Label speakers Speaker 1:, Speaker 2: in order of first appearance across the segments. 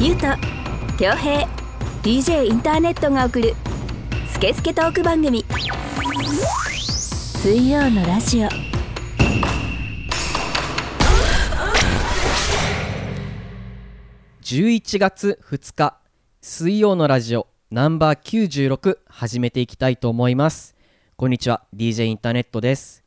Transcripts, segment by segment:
Speaker 1: ゆうと恭平 DJ インターネットが送る「スケスケトーク番組」水曜のラジオ
Speaker 2: 11月2日水曜のラジオナンバー96始めていきたいと思いますこんにちは DJ インターネットです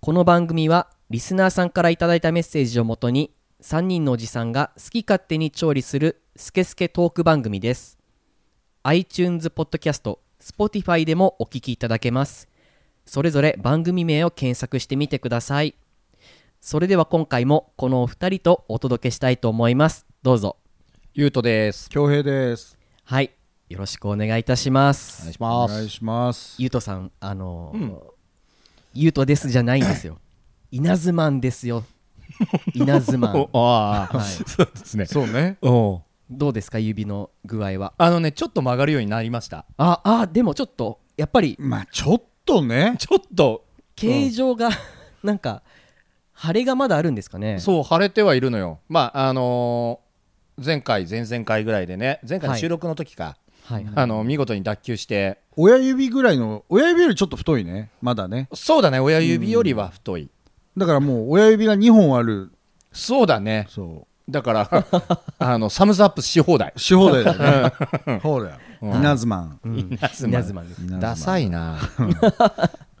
Speaker 2: この番組はリスナーさんからいただいたメッセージをもとに3人のおじさんが好き勝手に調理するスケスケトーク番組です iTunes ポッドキャスト Spotify でもお聞きいただけますそれぞれ番組名を検索してみてくださいそれでは今回もこのお二人とお届けしたいと思いますどうぞ
Speaker 3: ゆうとです。
Speaker 4: 恭平です。
Speaker 2: はい、よろしくお願いいたします。
Speaker 3: お願いし
Speaker 4: お
Speaker 3: ま
Speaker 4: 願い
Speaker 3: す。
Speaker 4: します。
Speaker 2: ゆうとさん、あのーゆうとですじゃないんです よ。稲妻んですよ。稲妻。は
Speaker 3: おああ、
Speaker 2: い。
Speaker 3: そうですね。
Speaker 4: そうね。
Speaker 3: お
Speaker 2: どうですか指の具合は。
Speaker 3: あのね、ちょっと曲がるようになりました。
Speaker 2: あ、あ、でもちょっとやっぱり
Speaker 4: まあちょっとね。
Speaker 3: ちょっと、
Speaker 2: 形状が なんか腫れがまだあるんですかね。
Speaker 3: そう、晴れてはいるのよ。まあ、あのー前回、前々回ぐらいでね、前回の
Speaker 2: はい
Speaker 3: 収録の時か、
Speaker 2: はいはい。
Speaker 3: あの見事に脱臼して、
Speaker 4: 親指ぐらいの親指よりちょっと太いね。まだね。
Speaker 3: そうだね、親指よりは太い。
Speaker 4: だからもう親指が2本ある。
Speaker 3: そうだね、
Speaker 4: そ
Speaker 3: だから、 あのサムズアップし放題
Speaker 4: う。。し放題だね。ほら。
Speaker 3: うん
Speaker 4: 稲妻。
Speaker 2: うん稲
Speaker 3: 妻
Speaker 2: 妻です。
Speaker 4: 稲妻
Speaker 3: ダサい な。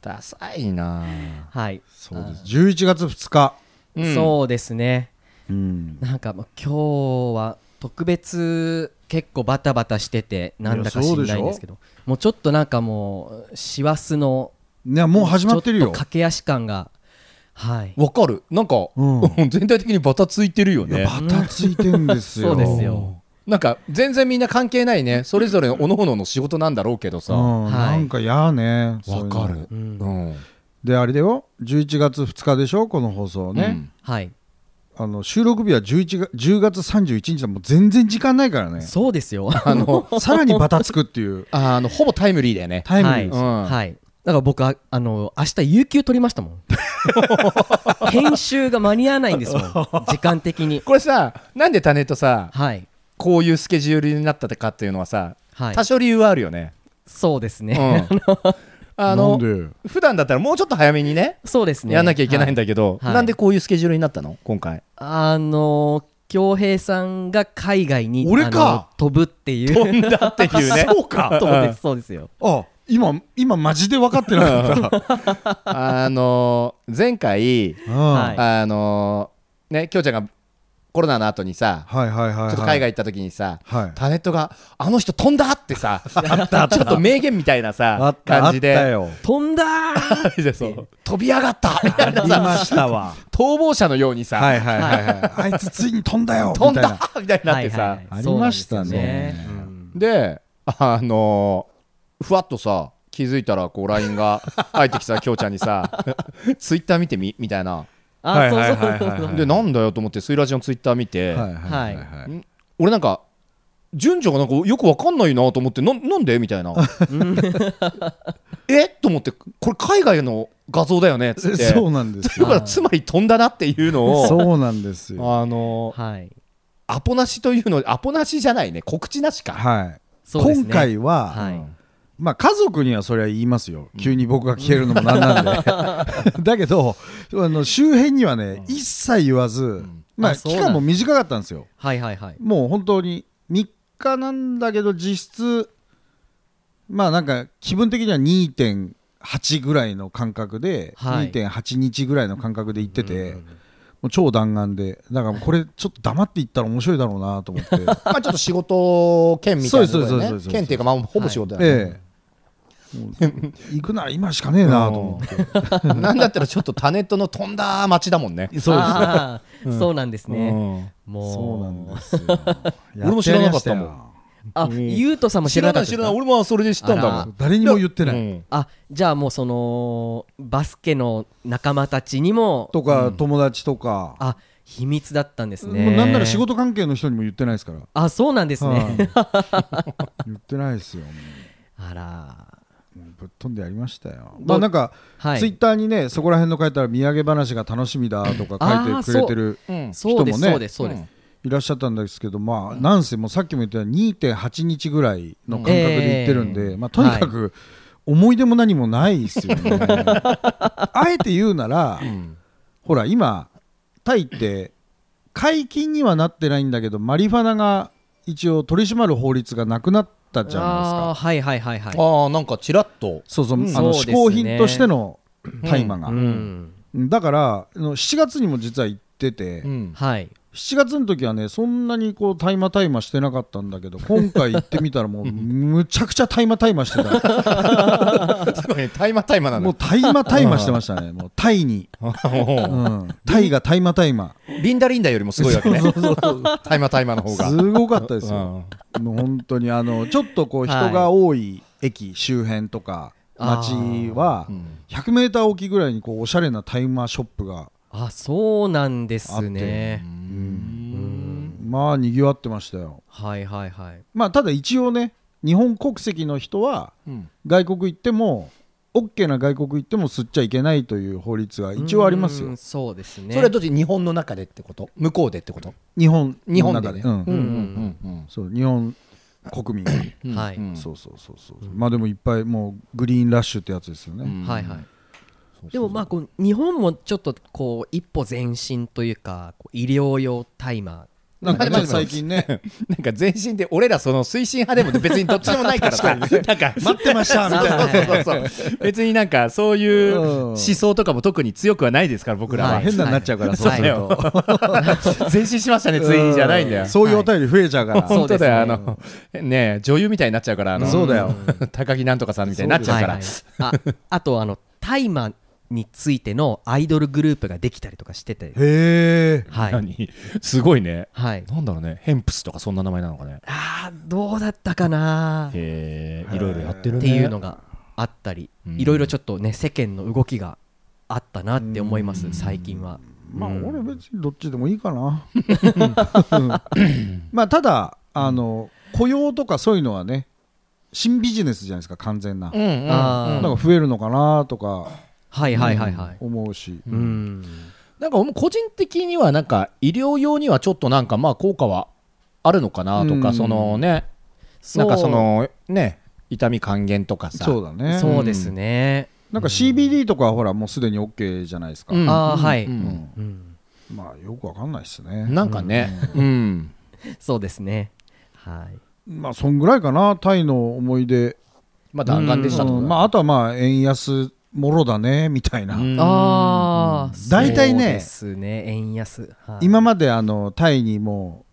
Speaker 3: ダサいな。
Speaker 2: はい。
Speaker 4: そうです。11月2日。
Speaker 3: うん
Speaker 2: そうですね。
Speaker 4: うん。
Speaker 2: なんかもう今日は特別結構バタバタしててなんだか知んないんですけどもうちょっとなんかもう師走の
Speaker 4: ねもう始まってる
Speaker 2: ちょっ
Speaker 4: よ
Speaker 2: と。駆け足感がはい
Speaker 3: わかる。なんか、
Speaker 4: う
Speaker 3: 全体的にバタついてるよね。
Speaker 4: バタついてんですよ。
Speaker 2: そうですよ
Speaker 3: なんか全然みんな関係ないねそれぞれおのおのの仕事なんだろうけど
Speaker 4: う
Speaker 3: さわ、
Speaker 4: ん。
Speaker 2: は
Speaker 4: ないんかやね。
Speaker 3: か
Speaker 4: そういう
Speaker 3: る
Speaker 4: の
Speaker 3: う、
Speaker 2: うんん
Speaker 4: であれだよ。11月2日でしょこの放送ね。
Speaker 2: はい
Speaker 4: あの収録日は11月10月31日だもう全然時間ないからね
Speaker 2: そうです よ
Speaker 3: あの
Speaker 4: さらにバタつくっていう
Speaker 3: あのほぼタイムリーだよね
Speaker 4: タイムリーです、
Speaker 3: うん
Speaker 2: はいだから僕ああの明日有給取りましたもん 編集が間に合わないんですもん時間的に
Speaker 3: これさなんでタネットさ
Speaker 2: はい
Speaker 3: こういうスケジュールになったかっていうのはさ、
Speaker 2: はい
Speaker 3: 多少理由はあるよね、
Speaker 2: そうです
Speaker 3: うん
Speaker 2: ね
Speaker 3: あ
Speaker 4: なん
Speaker 3: の
Speaker 4: で
Speaker 3: 普段だったらもうちょっと早めにね
Speaker 2: そうですね
Speaker 3: やんなきゃいけないん
Speaker 2: だ
Speaker 3: だけど、
Speaker 2: はい
Speaker 3: なんでこういうスケジュールになったの今回
Speaker 2: あの恭平さんが海外に
Speaker 4: 俺か
Speaker 2: あの飛ぶっていう
Speaker 3: 飛んだっていうね
Speaker 4: そうか
Speaker 2: そうですそうですよ
Speaker 4: あ今今マジで分かってなかった
Speaker 3: あの前回、
Speaker 4: うん
Speaker 2: は
Speaker 4: はいい
Speaker 3: あのねきょうちゃんがコロナの後にさ、
Speaker 4: はいはいはい
Speaker 3: ちょっと海外行った時にさ、
Speaker 4: はい
Speaker 3: タネットがあの人飛んだってさ、ちょっと名言みたいな
Speaker 4: あ
Speaker 3: さ
Speaker 4: っ、た
Speaker 3: 感じ
Speaker 4: あった
Speaker 3: で、
Speaker 4: よ
Speaker 2: 飛んだ ー
Speaker 3: そう飛び上がったみたい
Speaker 4: あ
Speaker 3: な
Speaker 4: り
Speaker 3: さ、
Speaker 4: ましたわ
Speaker 3: 逃亡者のようにさ、
Speaker 4: はいはいはいはいあいつついに飛んだよ
Speaker 3: 飛ん
Speaker 4: みたいな
Speaker 3: だみたいになってさ、
Speaker 2: はいはい
Speaker 4: ありまし
Speaker 2: そうな
Speaker 4: たね
Speaker 2: んですようん
Speaker 3: で、あのーふわっとさ、気づいたらこう LINE が入ってきてさ、きょうちゃんにさ、 ツイッター見てみみたいな、
Speaker 2: あ
Speaker 4: はい
Speaker 2: そう
Speaker 4: はい
Speaker 2: そう
Speaker 4: はいはい
Speaker 2: そうそう
Speaker 3: で、なんだよと思って、スイラジのツイッター見て、
Speaker 4: はいはいはいはい
Speaker 3: ん俺なんか、順序がなんかよくわかんないなと思って、ななんでみたい な。えと思って、これ海外の画像だよねっつって。
Speaker 4: そうなんです
Speaker 3: だ
Speaker 4: よ
Speaker 3: からつまり飛んだなっていうのを、
Speaker 4: そうなんですよ
Speaker 3: あの
Speaker 2: はい
Speaker 3: アポなしというの、アポなしじゃないね、告知なしか。
Speaker 4: はい
Speaker 2: そうですね
Speaker 4: 今回は
Speaker 2: はい
Speaker 4: まあ家族にはそれは言いますよ急に僕が消えるのもなんなんで だけどあの周辺にはね一切言わずま
Speaker 2: あ
Speaker 4: あ
Speaker 2: そう
Speaker 4: 期
Speaker 2: なんだ
Speaker 4: 間も短かったんですよ
Speaker 2: はいはいはい
Speaker 4: もう本当に3日なんだけど実質まあなんか気分的には2.8ぐらいの感覚で、
Speaker 2: はい
Speaker 4: 2.8日ぐらいの感覚で行ってて、もう超弾丸でだからもうこれちょっと黙って行ったら面白いだろうなと思って、
Speaker 3: まあちょっと仕事兼みたいなとこ
Speaker 4: そ
Speaker 3: ろだよ
Speaker 4: うですそうです
Speaker 3: ね。
Speaker 4: そうですそうです
Speaker 3: 兼っていうか、まあほぼ仕事だよね。
Speaker 4: ええもう行くなら今しかねえなと 思って
Speaker 3: うんなんだったらちょっとタネットの飛んだ街だもんね。
Speaker 4: そうですよ
Speaker 2: あーそうなんですね
Speaker 3: う
Speaker 2: もう
Speaker 4: そうなんですよ
Speaker 3: 俺も知らなかったもん
Speaker 4: ややりま
Speaker 2: あゆうとさんも
Speaker 3: ん
Speaker 2: 知
Speaker 3: 知
Speaker 2: らな
Speaker 3: ら
Speaker 2: か
Speaker 3: な
Speaker 2: っ
Speaker 3: い
Speaker 2: たで
Speaker 3: 知
Speaker 2: す
Speaker 3: らな
Speaker 2: か
Speaker 3: い俺もそれで知ったんだ
Speaker 2: あ
Speaker 3: も
Speaker 4: し
Speaker 3: ん
Speaker 4: たよ誰にも言って
Speaker 3: う
Speaker 4: ない、
Speaker 3: ん。
Speaker 2: あじゃあもうそのバスケの仲間たちにも
Speaker 4: とか、友達とか
Speaker 2: あ秘密だったんですね
Speaker 4: もうなんなら仕事関係の人にも言ってないですから
Speaker 2: あそうなんですね
Speaker 4: はい言ってないですよ。
Speaker 2: あら
Speaker 4: もうぶっ飛んでやりましたよ
Speaker 2: う
Speaker 4: まあなんか、
Speaker 2: はい
Speaker 4: ツイッターにねそこら辺の書いたら「土産話が楽しみだ」とか書いてくれてる
Speaker 3: うん
Speaker 2: そうです
Speaker 4: 人もね
Speaker 2: そうですそうです、
Speaker 4: いらっしゃったんですけどまあなんせもうさっきも言ったように2.8日ぐらいの感覚で行ってるんで、
Speaker 2: ええ
Speaker 4: まあ、とにかく思い出も何もないですよね。あえて言うなら、ほら今タイって解禁にはなってないんだけどマリファナが一応取り締まる法律がなくなったじゃないです
Speaker 2: あー
Speaker 4: か。
Speaker 2: はいはいはいはい
Speaker 3: ああなんかちらっと
Speaker 4: そうそう、
Speaker 3: うん
Speaker 4: あの
Speaker 2: そうで
Speaker 4: 嗜
Speaker 2: すね
Speaker 4: 好品としての大麻が、
Speaker 2: うん
Speaker 4: だからあの7月にも実は行ってて、
Speaker 3: うん
Speaker 2: はい
Speaker 4: 7月の時はねそんなにこう大麻大麻してなかったんだけど今回行ってみたらもうむちゃくちゃ大麻大麻してた
Speaker 3: すごいね大麻大 麻なん
Speaker 4: もう
Speaker 3: だ
Speaker 4: 大麻大麻してましたねもうタイに、うん、タイが大麻大麻
Speaker 3: リンダリンダよりもすごいわけ ね大麻大麻の方が
Speaker 4: すごかったです
Speaker 3: う
Speaker 4: よもう本当にあのちょっとこう人が多い駅周辺とか
Speaker 2: あ
Speaker 4: 街
Speaker 2: ー
Speaker 4: は
Speaker 3: ん
Speaker 4: 100m おきぐらいにこうおしゃれなタイマーショップが
Speaker 2: あそうなんですね
Speaker 4: まあにぎわってましたよ
Speaker 2: はいはいはい
Speaker 4: まあただ一応ね日本国籍の人は
Speaker 3: うん
Speaker 4: 外国行っても OK な外国行っても吸っちゃいけないという法律が一応あります
Speaker 2: うん
Speaker 4: よ
Speaker 2: そうですね
Speaker 3: それはどっち日本の中でってこと向こうでってこと
Speaker 4: 日本
Speaker 3: 日本
Speaker 4: の
Speaker 3: で
Speaker 4: 中
Speaker 3: ね
Speaker 4: うん
Speaker 3: うんうん
Speaker 4: そう日本国民
Speaker 3: うん
Speaker 2: はい
Speaker 3: うん
Speaker 4: そうそうそうそうまあでもいっぱいもうグリーンラッシュってやつですよね
Speaker 2: はいはいでもまあこう日本もちょっとこう一歩前進というかこう医療用大麻
Speaker 4: なんか
Speaker 3: まあ
Speaker 4: ね
Speaker 3: でも
Speaker 4: 最近ね
Speaker 3: なんか全身で俺らその推進派でも別にどっちでもないからさ なんか
Speaker 4: 待ってましたみたい
Speaker 3: そ
Speaker 4: な
Speaker 3: うそうそうそう別になんかそういう思想とかも特に強くはないですから僕ら
Speaker 2: は
Speaker 3: はい
Speaker 4: 変なになっちゃうから
Speaker 2: はい
Speaker 4: そうすると
Speaker 3: 前進しましたねついにじゃないんだよ
Speaker 4: そういうお便り増えちゃうから
Speaker 2: はい
Speaker 3: 本当だよあ
Speaker 2: そうです
Speaker 3: のね女優みたいになっちゃうからあの
Speaker 4: そうだよ
Speaker 3: 高木なんとかさんみたいになっちゃうから
Speaker 2: はいはいああとあの大麻についてのアイドルグループができたりとかしてて
Speaker 4: へえ
Speaker 2: はい
Speaker 3: 何 すごいね
Speaker 2: はい
Speaker 3: なんだろうねヘンプスとかそんな名前なのかね
Speaker 2: あーどうだったかなっ
Speaker 3: へえいろいろやってるね
Speaker 2: ていうのがあったり
Speaker 3: うん
Speaker 2: いろいろちょっとね世間の動きがあったなって思います最近は
Speaker 4: まあ
Speaker 2: うん
Speaker 4: 俺別にどっちでもいいか なまあただあの雇用とかそういうのはね新ビジネスじゃないですか完全な
Speaker 3: うんうん
Speaker 2: あー
Speaker 4: なんか増えるのかなとか
Speaker 2: はいはいはいはい
Speaker 4: 思うし、
Speaker 2: うん
Speaker 3: なんか個人的にはなんか医療用にはちょっとなんかまあ効果はあるのかなとか、
Speaker 4: うん
Speaker 3: そのねなんかそのね痛み還元とかさ
Speaker 4: そうだね
Speaker 2: そうですね
Speaker 4: なんか CBD とかはほらもうすでに OK じゃないですか、
Speaker 3: うん
Speaker 2: あーはい
Speaker 3: うん
Speaker 4: うん
Speaker 2: うん
Speaker 4: まあよくわかんないですね
Speaker 3: なんかねうん、
Speaker 2: そうですねはい
Speaker 4: まあそんぐらいかなタイの思い出、
Speaker 3: まあ弾丸でしたとか、
Speaker 4: うんまあ、あとはまあ円安もろだねみたいな、
Speaker 3: うん
Speaker 2: ああ
Speaker 4: 大体ね
Speaker 2: そうですね円安はい
Speaker 4: 今まであのタイにも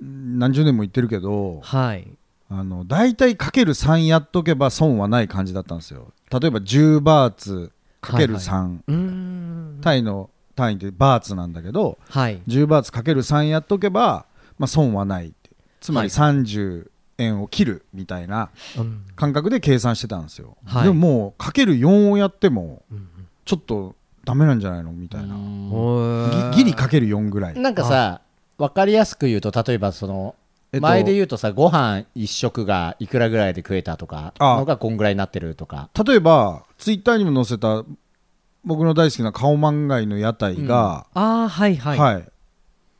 Speaker 4: う何十年も行ってるけど
Speaker 2: はい
Speaker 4: あの大体かける3やっとけば損はない感じだったんですよ例えば10バーツかける3、
Speaker 2: うーん
Speaker 4: タイの単位でバーツなんだけど、
Speaker 2: はい
Speaker 4: 10バーツかける3やっとけば、まあ、損はないってつまり30円を切るみたいな
Speaker 2: うん
Speaker 4: 感覚で計算してたんですよ、
Speaker 2: はい
Speaker 4: でももうかける4をやっても
Speaker 2: ん
Speaker 4: ちょっとダメなんじゃないのみたいな、
Speaker 2: おー
Speaker 4: ぎギリかける4ぐらい、
Speaker 3: なんかさ分かりやすく言うと例えばその
Speaker 4: えっと
Speaker 3: 前で言うとさご飯一食がいくらぐらいで食えたとか
Speaker 4: あ
Speaker 3: のがこんぐらいになってるとか
Speaker 4: 例えばツイッターにも載せた僕の大好きな顔漫画の屋台が、
Speaker 2: ああはいはい
Speaker 4: はい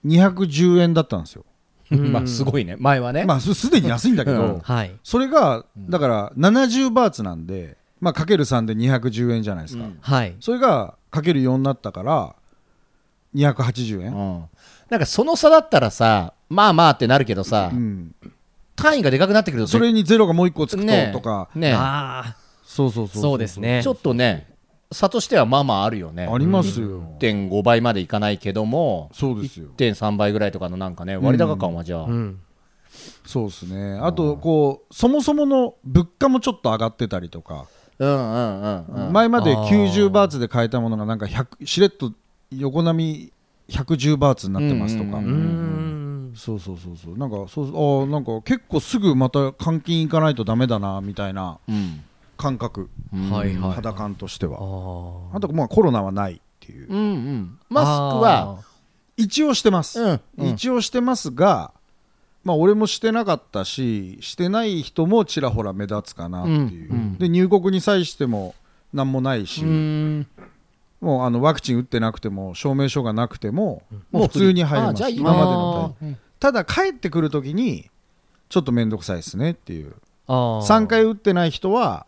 Speaker 4: 210円だったんですよ、
Speaker 2: うん
Speaker 3: まあすごいね前はね、
Speaker 4: まあすすでに安いんだけど、
Speaker 3: うん
Speaker 2: はい
Speaker 4: それがだから70バーツなんで、まあ、かける3で210円じゃないですか、
Speaker 3: うん
Speaker 2: はい
Speaker 4: それがかける4になったから280
Speaker 3: う
Speaker 4: 円、
Speaker 3: ん、なんかその差だったらさまあまあってなるけどさ、
Speaker 4: うん、
Speaker 3: 単位がでかくなってくると
Speaker 4: それにゼロがもう一個つくととか、
Speaker 3: ね
Speaker 2: ああ
Speaker 4: そうそうそう
Speaker 2: そうですね
Speaker 3: ちょっとね差としてはまあまああるよね
Speaker 4: ありますよ、
Speaker 3: 1.5倍までいかないけども
Speaker 4: そうですよ
Speaker 3: 1.3倍ぐらいとかのなんかね割高感はじゃあ、
Speaker 2: うん
Speaker 4: そうですねあとこうそもそもの物価もちょっと上がってたりとか、
Speaker 3: うんうんうんうん
Speaker 4: 前まで
Speaker 2: あー
Speaker 4: 90バーツで買えたものがなんか100しれっと横並み110バーツになってますとか、
Speaker 3: うん
Speaker 2: うーん
Speaker 4: そうそうそうそうなんかそうああなんか結構すぐまた換金行かないとダメだなみたいな
Speaker 3: うん
Speaker 4: 感覚、
Speaker 3: うん
Speaker 2: はいはい
Speaker 4: 肌感として
Speaker 2: あ
Speaker 4: は
Speaker 2: ー
Speaker 4: あとまあコロナはないっていう
Speaker 3: うんうんマスクは
Speaker 4: 一応してます、
Speaker 3: うんうん
Speaker 4: 一応してますがまあ、俺もしてなかったししてない人もちらほら目立つかなっていう、
Speaker 5: うんうん
Speaker 4: で入国に際しても何もないし、
Speaker 5: うん
Speaker 4: もうあのワクチン打ってなくても証明書がなくてももう普通に入れ
Speaker 5: あ
Speaker 4: ま
Speaker 5: じ
Speaker 4: す、
Speaker 5: ゃあいいな
Speaker 4: 今までのタイプ
Speaker 5: うん
Speaker 4: ただ帰ってくるときにちょっと面倒くさいですねっていう
Speaker 2: あー
Speaker 4: 3回打ってない人は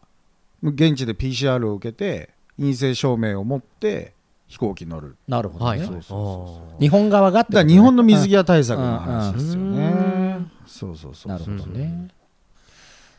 Speaker 4: 現地で PCR を受けて陰性証明を持って飛行機乗る
Speaker 3: なるほど
Speaker 2: はい
Speaker 3: ね、
Speaker 2: はい
Speaker 4: そうそうそ
Speaker 3: 日本側がってこ
Speaker 4: だ
Speaker 3: と
Speaker 4: から
Speaker 3: ね
Speaker 4: 日本の水際対策の話ですよ
Speaker 2: う
Speaker 4: ねそうそうそう
Speaker 3: なるほど
Speaker 2: う
Speaker 3: ね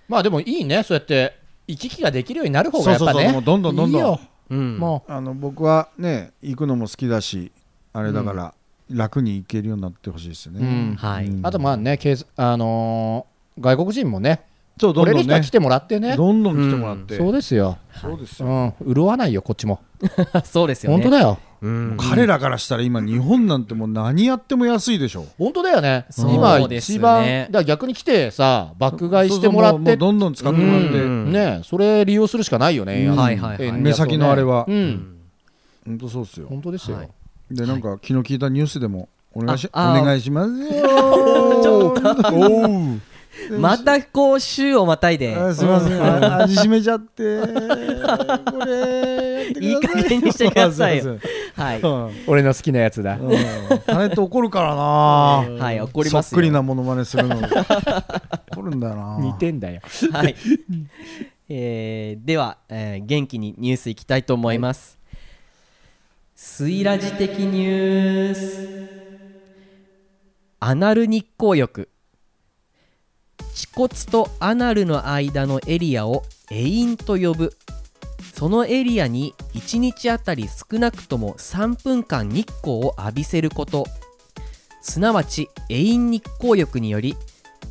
Speaker 3: まあでもいいねそうやって行き来ができるようになる方が
Speaker 4: そう
Speaker 3: やっ
Speaker 4: そう
Speaker 3: ぱ
Speaker 4: そうも
Speaker 3: ね
Speaker 4: うどんどんどん
Speaker 3: いい
Speaker 4: どん
Speaker 3: よ
Speaker 2: う、ん、
Speaker 3: も
Speaker 4: あの僕はね行くのも好きだしあれだから楽に行けるようになってほしいですよ
Speaker 5: う
Speaker 4: ね
Speaker 5: ん
Speaker 2: はい、
Speaker 4: う
Speaker 3: う
Speaker 4: ん
Speaker 3: あとまあね経済あのー外国人もね
Speaker 4: そうどん
Speaker 3: 来れ
Speaker 4: ど
Speaker 3: る
Speaker 4: ん
Speaker 3: 人は
Speaker 4: ね
Speaker 3: 来てもらってね
Speaker 4: どんどん来てもらって
Speaker 3: そうですよ、
Speaker 4: そうです
Speaker 3: う
Speaker 4: よ
Speaker 3: ん、潤わないよこっちも
Speaker 2: そうですよね
Speaker 3: 本当だよ
Speaker 2: うん、
Speaker 4: 彼らからしたら今日本なんてもう何やっても安いでしょ
Speaker 3: 本当だよね
Speaker 2: そう
Speaker 3: 今
Speaker 2: です
Speaker 3: 一
Speaker 2: ね
Speaker 3: 番、だから逆に来てさ爆買いしてもらっ
Speaker 4: そうそう
Speaker 3: て
Speaker 4: うどんどん使ってもらって、
Speaker 2: うん
Speaker 3: ねそれ利用するしかないよね、円安
Speaker 2: はいはいはい
Speaker 3: 円安をね
Speaker 4: 目先のあれは
Speaker 3: うん、
Speaker 4: 本当そうっすよ
Speaker 3: 本当ですよ、
Speaker 2: はい
Speaker 4: でなんか昨日聞いたニュースでもお願いしお
Speaker 2: ああー
Speaker 4: 願いします よ
Speaker 2: ちょっ
Speaker 4: おう
Speaker 2: またこう週をまたいで
Speaker 4: あすいませんあ味しめちゃってこれやってくださ
Speaker 2: いい加減にしてくださいよ
Speaker 4: すません
Speaker 2: はい、
Speaker 3: 俺の好きなやつだ
Speaker 4: うんタネット怒るからな
Speaker 2: はい、怒り
Speaker 4: そ
Speaker 2: ま
Speaker 4: っ
Speaker 2: すよ
Speaker 4: くりなモノマネす るの怒るんだよな
Speaker 3: 似てんだよ
Speaker 2: はい、 えーでは、えー元気にニュースいきたいと思います、スイラジ的ニュースアナル日光浴恥骨とアナルの間のエリアをエインと呼ぶそのエリアに1日あたり少なくとも3分間日光を浴びせることすなわちエイン日光浴により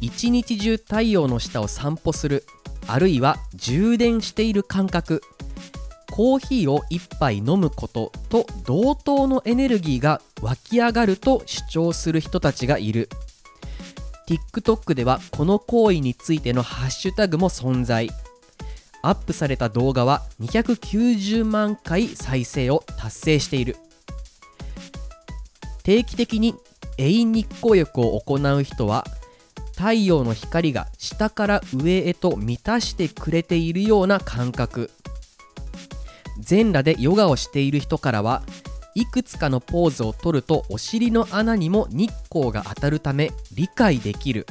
Speaker 2: 一日中太陽の下を散歩するあるいは充電している感覚コーヒーを1杯飲むことと同等のエネルギーが湧き上がると主張する人たちがいる TikTok ではこの行為についてのハッシュタグも存在アップされた動画は290万回再生を達成している定期的に遠日光浴を行う人は太陽の光が下から上へと満たしてくれているような感覚全裸でヨガをしている人からはいくつかのポーズをとるとお尻の穴にも日光が当たるため理解できる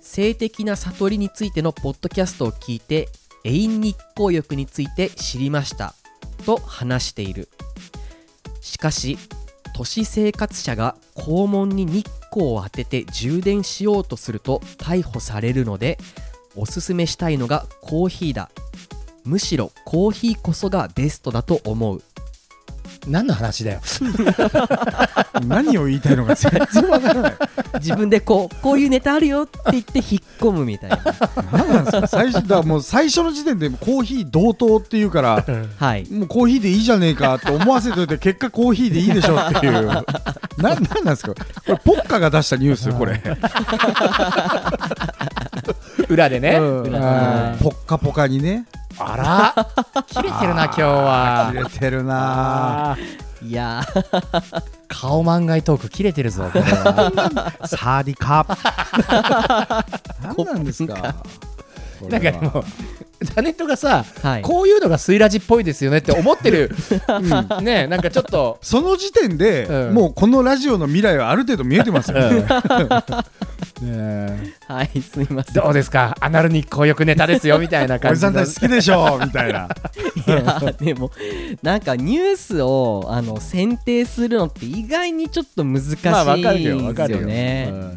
Speaker 2: 性的な悟りについてのポッドキャストを聞いて「永遠日光浴について知りました」と話しているしかし都市生活者が肛門に日光を当てて充電しようとすると逮捕されるのでおすすめしたいのがコーヒーだむしろコーヒーこそがベストだと思う
Speaker 3: 何の話 だよ
Speaker 4: 何を言いたいのか全然わからない
Speaker 2: 自分でこうこういうネタあるよって言って引っ込むみたい な
Speaker 4: 何なんですか最初だからもう最初の時点でコーヒー同等っていうから
Speaker 2: はい
Speaker 4: もうコーヒーでいいじゃねえかって思わせといて結果コーヒーでいいでし ょっていうななんなんですかこれポッカが出したニュースこれ、
Speaker 3: 裏でね、
Speaker 4: うん
Speaker 3: あ
Speaker 4: ポッカポカにね
Speaker 3: ら切れてるな今日は
Speaker 4: 切れてるなあ
Speaker 3: あー
Speaker 2: いや
Speaker 3: 顔漫画トーク切れてるぞこれは
Speaker 4: サーディカ 何なんですかこれ
Speaker 3: な
Speaker 4: は
Speaker 3: んかでもタネットがさ、
Speaker 2: ーはい
Speaker 3: こういうのがスイラジっぽいですよねって思ってる、ねなんかちょっと
Speaker 4: その時点で、
Speaker 3: うん
Speaker 4: もうこのラジオの未来はある程度見えてますよ ね、ね
Speaker 2: はいすみま せん
Speaker 3: どうですかアナル日光浴ネタですよみたいな
Speaker 4: えお
Speaker 3: 感
Speaker 4: じ
Speaker 3: じ
Speaker 4: さん
Speaker 3: の
Speaker 4: たち好きでしょみたいな
Speaker 2: いやでもなんかニュースをあの選定するのって意外にちょっと難しいんですよね、
Speaker 3: まあわかるよわかるよ、うん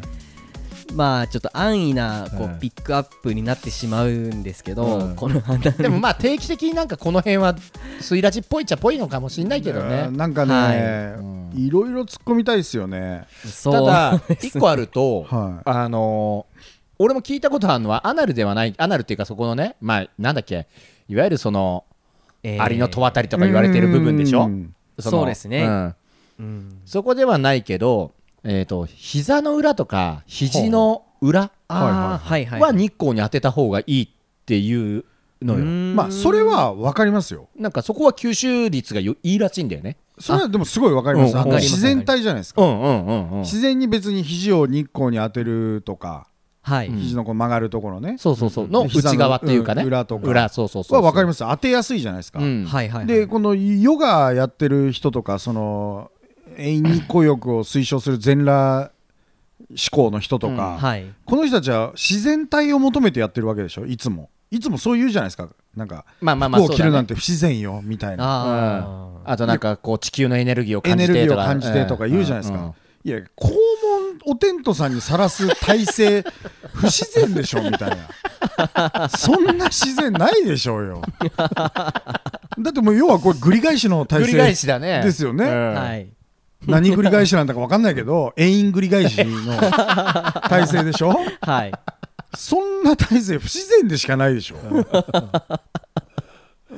Speaker 2: まあちょっと安易なこう、
Speaker 3: うん
Speaker 2: ピックアップになってしまうんですけど、
Speaker 3: うん
Speaker 2: この話
Speaker 3: でもまあ定期的になんかこの辺はスイラジっぽいっちゃぽいのかもしれないけどね
Speaker 4: うん。なんかね、
Speaker 2: はい
Speaker 4: うんいろいろ突っ込みたいですよね
Speaker 2: そ
Speaker 3: た
Speaker 2: う
Speaker 3: だ一個あると、
Speaker 4: は
Speaker 3: あのー俺も聞いたことあるのはアナルではないアナルっていうかそこのねまあなんだっけいわゆるその
Speaker 2: えー
Speaker 3: アリの戸渡りとか言われてる部分でしょ
Speaker 4: うん
Speaker 3: の
Speaker 2: そうですね
Speaker 3: ん
Speaker 2: うん
Speaker 3: そこではないけどえっ、と膝の裏とか肘の裏
Speaker 2: あーはいはい
Speaker 3: は日光に当てた方がいいっていうのよ
Speaker 2: ま
Speaker 4: まあそれは分かりますよ
Speaker 3: なんかそこは吸収率がよいいらしいんだよね
Speaker 4: それはでもすごいわかりま
Speaker 2: う
Speaker 4: す
Speaker 2: ん
Speaker 4: あの
Speaker 2: わかります
Speaker 4: 自然体じゃないです
Speaker 3: う
Speaker 4: か
Speaker 3: んうんうんうん
Speaker 4: 自然に別に肘を日光に当てるとか
Speaker 2: はい、
Speaker 4: 肘のこう曲がるところね
Speaker 3: そうそうそうの
Speaker 4: 膝の
Speaker 3: 内側っていうかね
Speaker 4: うん裏とか
Speaker 3: 裏そうそうそう
Speaker 4: はわかり
Speaker 3: ま
Speaker 4: ます当てやすいじゃないですか
Speaker 3: うん
Speaker 2: はいはいはい
Speaker 4: でこのヨガやってる人とかその永遠日光浴を推奨する全裸思考の人とか、
Speaker 2: はい
Speaker 4: この人たちは自然体を求めてやってるわけでしょいつもいつもそう言うじゃないですかなんか
Speaker 3: まあまあまあ
Speaker 4: 服を
Speaker 3: そう
Speaker 4: 着
Speaker 3: だ
Speaker 4: る
Speaker 3: ね
Speaker 4: なんて不自然よみたい
Speaker 2: あ
Speaker 4: な
Speaker 2: ー
Speaker 3: あとなんかこう地球のエネルギーを
Speaker 4: エ
Speaker 3: 感
Speaker 4: ネ
Speaker 3: じ
Speaker 4: ル
Speaker 3: て
Speaker 4: ギー
Speaker 3: と
Speaker 4: を
Speaker 3: か
Speaker 4: 感じてとか言うじゃないですか、いや肛門おテントさんにさらす体勢不自然でしょみたいなそんな自然ないでしょうよだってもう要はこれ繰り返しの
Speaker 3: うん
Speaker 4: 体
Speaker 3: 繰り返
Speaker 4: 勢
Speaker 3: しだね
Speaker 4: ですよね、
Speaker 3: うん
Speaker 2: はい
Speaker 4: 何繰り返しなんだか分かんないけど遠因繰り返しの体勢でしょ
Speaker 2: はい
Speaker 4: そんな体勢不自然でしかないでしょ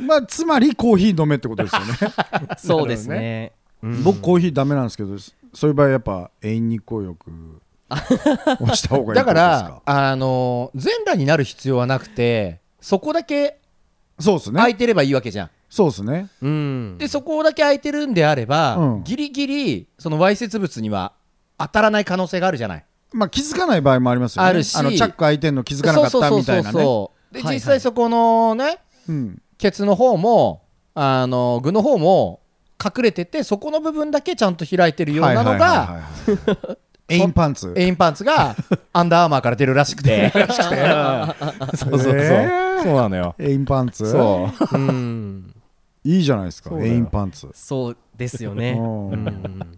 Speaker 4: まあつまりコーヒー飲めってことですよね
Speaker 2: そうですね
Speaker 4: 僕コーヒーダメなんですけどそういう場合やっぱ遠因日光浴をした方が いい
Speaker 3: だか
Speaker 4: ってこ
Speaker 3: らあの全裸になる必要はなくてそこだけ
Speaker 4: とですかそうですね、
Speaker 3: 空いてればいいわけじゃん
Speaker 4: そうですね
Speaker 2: うん
Speaker 3: でそこだけ空いてるんであれば、
Speaker 4: うん
Speaker 3: ギリギリそのわいせつ物には当たらない可能性があるじゃない
Speaker 4: まあ気づかない場合もありますよね
Speaker 3: あるし
Speaker 4: のチャック開いてんの気づかなかったみたいなね
Speaker 3: うで
Speaker 2: はいはい
Speaker 3: 実際そこのね
Speaker 4: うん
Speaker 3: ケツの方もあの具の方も隠れててそこの部分だけちゃんと開いてるよう
Speaker 4: はいは
Speaker 3: ない
Speaker 4: は
Speaker 3: の
Speaker 4: い
Speaker 3: が
Speaker 4: はいエインパ ンツ
Speaker 3: エインパンツ がアンダーアーマーから出るらしくて
Speaker 4: そうそうそ
Speaker 5: そう
Speaker 4: う、
Speaker 5: なのよ
Speaker 4: エインパンツ
Speaker 5: そう
Speaker 2: うん
Speaker 4: いいじゃないですか
Speaker 5: そうだ
Speaker 4: エ
Speaker 5: よ
Speaker 4: インパンツ
Speaker 2: そうですよ
Speaker 4: う
Speaker 2: ね
Speaker 4: ん
Speaker 2: うん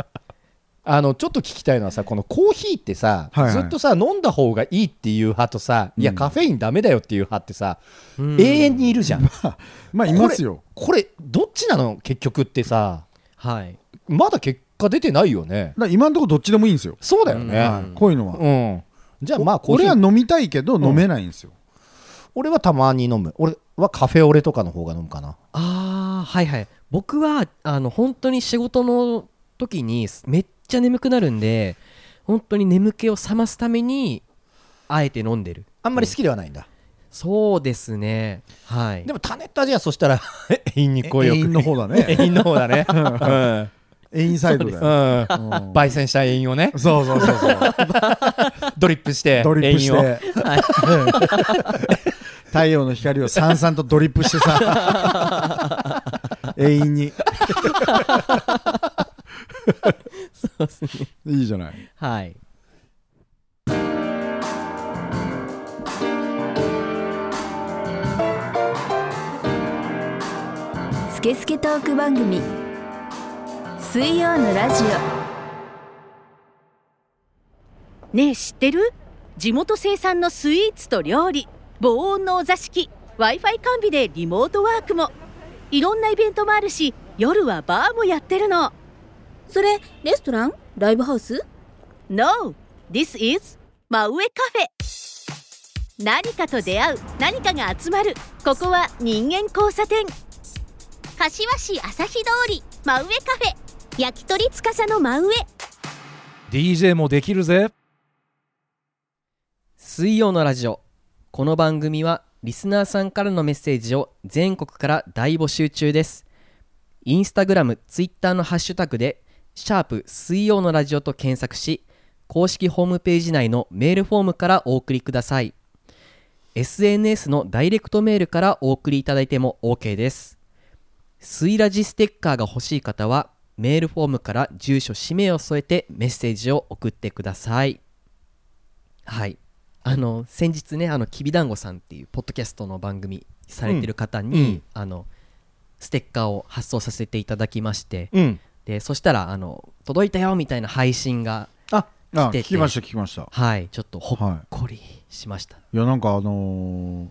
Speaker 3: あのちょっと聞きたいのはさこのコーヒーってさ、
Speaker 4: はいはい
Speaker 3: ずっとさ飲んだ方がいいっていう派とさ、いや
Speaker 4: うん
Speaker 3: カフェインダメだよっていう派ってさ、
Speaker 2: うん
Speaker 3: 永遠にいるじゃん
Speaker 4: まあいますよ
Speaker 3: これどっちなの結局ってさ
Speaker 2: はい
Speaker 3: まだ結果出てないよね
Speaker 4: だから今のところどっちでもいいんですよ、
Speaker 3: そうだよ
Speaker 2: うん
Speaker 3: ね
Speaker 4: はいこういうのは、
Speaker 3: うん、じゃあまあコーヒ
Speaker 4: 俺
Speaker 3: ー
Speaker 4: は飲みたいけど飲めないんですよ、
Speaker 3: 俺はたまに飲む俺はカフェオレとかの方が飲むかな
Speaker 2: ああはいはい僕はあの本当に仕事の時にすめっちゃ眠くなるんで本当に眠気を覚ますためにあえて飲んでる
Speaker 3: あんまり好きではないんだ、
Speaker 2: そうですねはい
Speaker 3: でもタネット味はそしたら永遠にこうよ
Speaker 4: 遠
Speaker 3: く
Speaker 4: 因の方だね
Speaker 3: 遠遠の方だね
Speaker 4: 遠因サイドだ
Speaker 3: う
Speaker 4: よ、
Speaker 3: ん、うん、
Speaker 4: うん
Speaker 3: 焙煎した遠をね
Speaker 4: そうそうそうそう
Speaker 3: ドリップして
Speaker 4: ドリップし
Speaker 3: 遠を
Speaker 4: て 太陽の光をさんさんとドリップしてさ永遠に
Speaker 2: そうですね
Speaker 4: いいじゃない
Speaker 2: はい
Speaker 1: スケスケトーク番組水曜のラジ
Speaker 6: ねえ知ってる地元生産のスイーツと料理防音のお座敷 w i f i 完備でリモートワークもいろんなイベントもあるし夜はバーもやってるの
Speaker 1: オそれレストランライブハウス
Speaker 6: No! This is 真上カフェ何かと出会う何かが集まるここは人間交差点
Speaker 7: 柏市朝日通り真上カフェ焼き鳥つかさの真上
Speaker 8: DJ もできるぜ
Speaker 2: 水曜のラジオこの番組はリスナーさんからのメッセージを全国から大募集中ですインスタグラムツイッターのハッシュタグで「シャープ水曜のラジオ」と検索し公式ホームページ内のメールフォームからお送りください SNS のダイレクトメールからお送りいただいても OK です水ラジステッカーが欲しい方はメールフォームから住所氏名を添えてメッセージを送ってくださいはいあの先日ねあのきびだんごさんっていうポッドキャストの番組されてる方に、あのステッカーを発送させていただきまして
Speaker 3: うん
Speaker 2: でそしたらあの届いたよみたいな配信が
Speaker 4: あ
Speaker 2: 来てて
Speaker 4: 聞きました聞きました
Speaker 2: はいちょっとほ
Speaker 4: は
Speaker 2: っこりしました、
Speaker 4: いやなんかあのー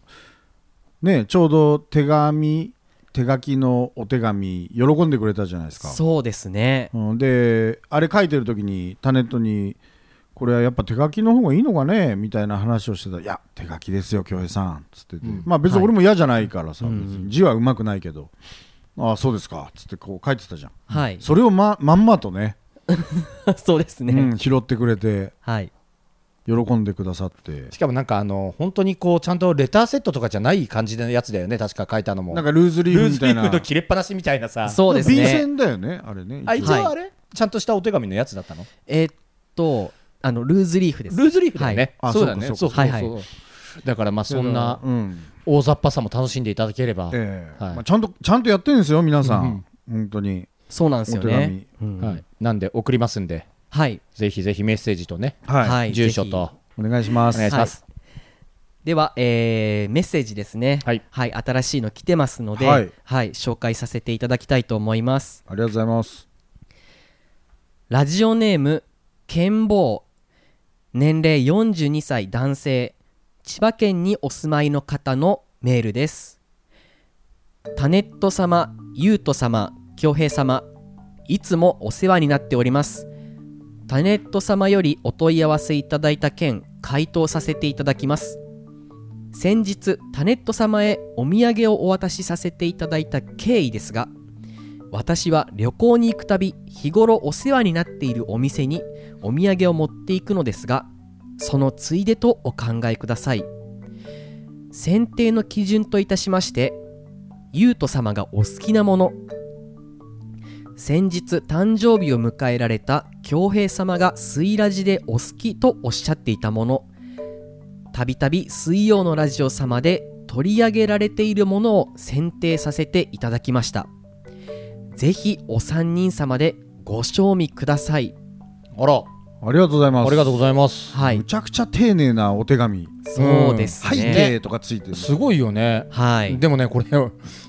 Speaker 4: ねちょうど手紙手書きのお手紙喜んでくれたじゃないですか
Speaker 2: そうですね
Speaker 4: うん、であれ書いてる時にタネットに「これはやっぱ手書きの方がいいのかね?」みたいな話をしてたら「いや手書きですよ恭平さん」っつってて、まあ別に俺も嫌じゃないからさ、別に字はうまくないけど「ああそうですか」っつってこう書いてたじゃん
Speaker 2: はい
Speaker 4: それをままんまとね、
Speaker 2: そうですね、
Speaker 4: うん、拾ってくれて
Speaker 2: はい
Speaker 4: 喜んでくださって
Speaker 3: しかもなんかあの本当にこうちゃんとレターセットとかじゃない感じのやつだよね確か書いたのも
Speaker 4: なんかルーズリー
Speaker 3: ル
Speaker 4: フ
Speaker 3: ー
Speaker 4: み
Speaker 3: ズ
Speaker 4: た
Speaker 3: リ
Speaker 4: い
Speaker 3: ー
Speaker 4: な
Speaker 3: フの切れっぱなしみたいなさ
Speaker 2: そうです
Speaker 4: 便
Speaker 2: ね
Speaker 4: 箋だよねあれね
Speaker 3: あ一
Speaker 4: 応
Speaker 3: 応あれ、ちゃんとしたお手紙のやつだったの
Speaker 2: えーっとあのルーズリーフです
Speaker 3: ルーズリーフだよね、
Speaker 4: はいあ
Speaker 3: そうだね
Speaker 4: そ
Speaker 3: そうう
Speaker 4: か
Speaker 3: そ
Speaker 4: そう
Speaker 2: か
Speaker 3: そう
Speaker 2: はいは
Speaker 3: だからまあそんな
Speaker 4: うん
Speaker 3: 大雑把さも楽しんでいただければ、
Speaker 4: ええ
Speaker 3: はい
Speaker 4: まあちゃんとちゃんとやってるんですよ皆さん本当に
Speaker 2: そうなんですよねうんは
Speaker 3: はいい、なんで送りますんで
Speaker 2: はい、
Speaker 3: ぜひぜひメッセージとね、
Speaker 4: はい
Speaker 2: はい
Speaker 3: 住所
Speaker 2: ぜ
Speaker 3: と
Speaker 4: お願いしま
Speaker 3: お
Speaker 4: す
Speaker 3: 願いします、
Speaker 2: では、えーメッセージですね
Speaker 3: はい
Speaker 2: 新しいの来てますので、
Speaker 4: は
Speaker 2: はいい紹介させていただきたいと思います
Speaker 4: ありがとうございます
Speaker 2: ラジオネーム健坊年齢42歳男性千葉県にお住まいの方のメールですタネット様ユウト様恭平様いつもお世話になっておりますタネット様よりお問い合わせいただいた件回答させていただきます先日タネット様へお土産をお渡しさせていただいた経緯ですが私は旅行に行くたび日頃お世話になっているお店にお土産を持っていくのですがそのついでとお考えください選定の基準といたしまして優斗様がお好きなもの先日誕生日を迎えられた恭平様がスイラジでお好きとおっしゃっていたものたびたび水曜のラジオ様で取り上げられているものを選定させていただきましたぜひお三人様でご賞味ください。
Speaker 3: あら
Speaker 4: ありがとうございます
Speaker 3: ありがとうございます
Speaker 2: は
Speaker 4: む
Speaker 2: い、
Speaker 4: ちゃくちゃ丁寧なお手紙
Speaker 2: そうです
Speaker 4: はい
Speaker 2: ね。
Speaker 4: てとかついてる
Speaker 3: すごいよね、
Speaker 2: はい、
Speaker 3: でもねこれ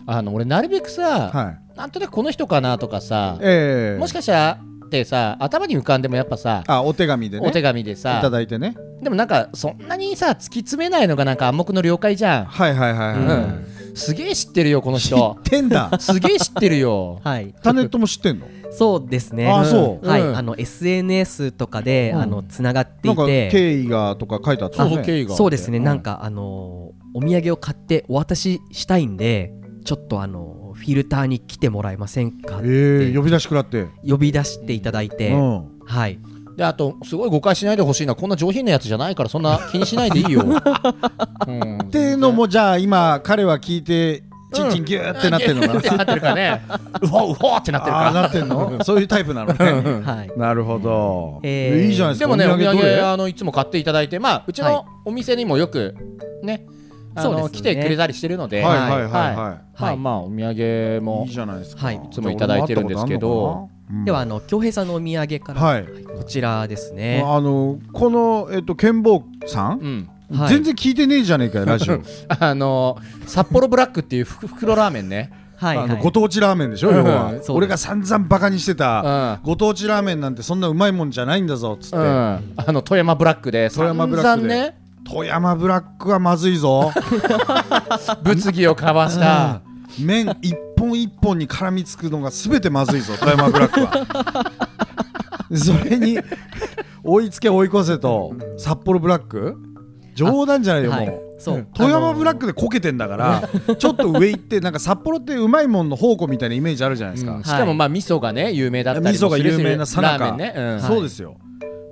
Speaker 3: あの俺なるべくさ、
Speaker 4: はい
Speaker 3: なんとなくこの人かなとかさ、
Speaker 4: ええ
Speaker 3: もしかしたらってさ頭に浮かんでもやっぱさ
Speaker 4: あお手紙でね
Speaker 3: お手
Speaker 4: い
Speaker 3: 紙で
Speaker 4: た
Speaker 3: さ
Speaker 4: だいてね
Speaker 3: でもなんかそんなにさ突き詰めないのがなんか暗黙の了解じゃん、
Speaker 4: はいはいはいは
Speaker 3: う
Speaker 4: い
Speaker 3: んすげえ知ってるよこの
Speaker 4: 知
Speaker 3: 人
Speaker 4: ってんだ
Speaker 3: すげえ知ってるよ
Speaker 2: はい、
Speaker 4: タネットも知ってん の
Speaker 2: そうですね。
Speaker 4: あそう
Speaker 2: はい、
Speaker 3: うん
Speaker 2: あの SNS とかで、あのつながって
Speaker 4: ないんか
Speaker 2: て、
Speaker 4: 経緯がとか書い てあった
Speaker 3: そう
Speaker 4: ね
Speaker 3: そう経緯が
Speaker 2: そうですね。
Speaker 3: うん
Speaker 2: なんかあのお土産を買ってお渡ししたいんで、ちょっとあのフィルターに来てもらえませんかって、
Speaker 4: ええ呼び出し食らって
Speaker 2: 呼び出していただいて、
Speaker 4: うん
Speaker 2: はい、
Speaker 3: であとすごい誤解しないでほしいなこんな上品なやつじゃないからそんな気にしないでいい よ、うん、っ
Speaker 4: ってのもじゃあ今彼は聞いてチンチンギューってなってるのかな、
Speaker 3: なってるからねうほううほうってなってる
Speaker 4: ああ
Speaker 3: か
Speaker 4: なってんのそういうタイプ なのね
Speaker 2: はい、
Speaker 4: なるほど、
Speaker 2: えー
Speaker 4: いいじゃな
Speaker 3: ら
Speaker 4: いです
Speaker 3: で
Speaker 4: か
Speaker 3: もねお土
Speaker 4: どれ
Speaker 3: 産あのいつも買っていただいてまあうち
Speaker 2: はい
Speaker 3: のお店にもよくねあ
Speaker 2: そう
Speaker 3: の
Speaker 2: です
Speaker 3: 来
Speaker 2: ね
Speaker 3: てくれたりしてるので、
Speaker 4: はいはいはいはい、
Speaker 3: まあまあお土産
Speaker 4: い、
Speaker 3: も
Speaker 4: いじゃないですか、
Speaker 2: はいい
Speaker 3: つもいただいてるんですけど
Speaker 4: うん
Speaker 2: ではあの京平さんのお土産から、
Speaker 4: はい
Speaker 2: こちらですね。
Speaker 4: あのこのえっと健坊さん、
Speaker 3: うん
Speaker 2: はい
Speaker 4: 全然聞いてねえじゃねえかよラジ オ、
Speaker 3: あの札幌ブラックっていうふ袋ラーメンね、
Speaker 2: はい、は
Speaker 4: あ
Speaker 2: い
Speaker 4: のご当地ラーメンでしょ要は、
Speaker 3: うん
Speaker 2: そう
Speaker 4: 俺が散々バカにして
Speaker 3: うん
Speaker 4: た、
Speaker 3: うん、
Speaker 4: ご当地ラーメンなんてそんなうまいもんじゃないんだぞっつって、
Speaker 3: あの富山ブラックで
Speaker 4: 富
Speaker 3: 散
Speaker 4: 山ブラッ
Speaker 3: 々
Speaker 4: クで
Speaker 3: ね
Speaker 4: 富山ブラックはまずいぞ
Speaker 3: 物議を交わした
Speaker 4: 麺一本一本に絡みつくのが全てまずい ぞ富山ブラックはそれに追いつけ追い越せと札幌ブラック冗談じゃないよもう、
Speaker 2: はいそう
Speaker 4: 富山ブラックでこけてんだから、 ちょっと上行ってなんか札幌ってうまいもんの宝庫みたいなイメージあるじゃないですか、
Speaker 3: うんしかもまあ味噌がね有名だったりも
Speaker 4: 味噌が
Speaker 3: するし
Speaker 4: 有名なさなか
Speaker 3: ラーメンね、うん
Speaker 4: そうですよ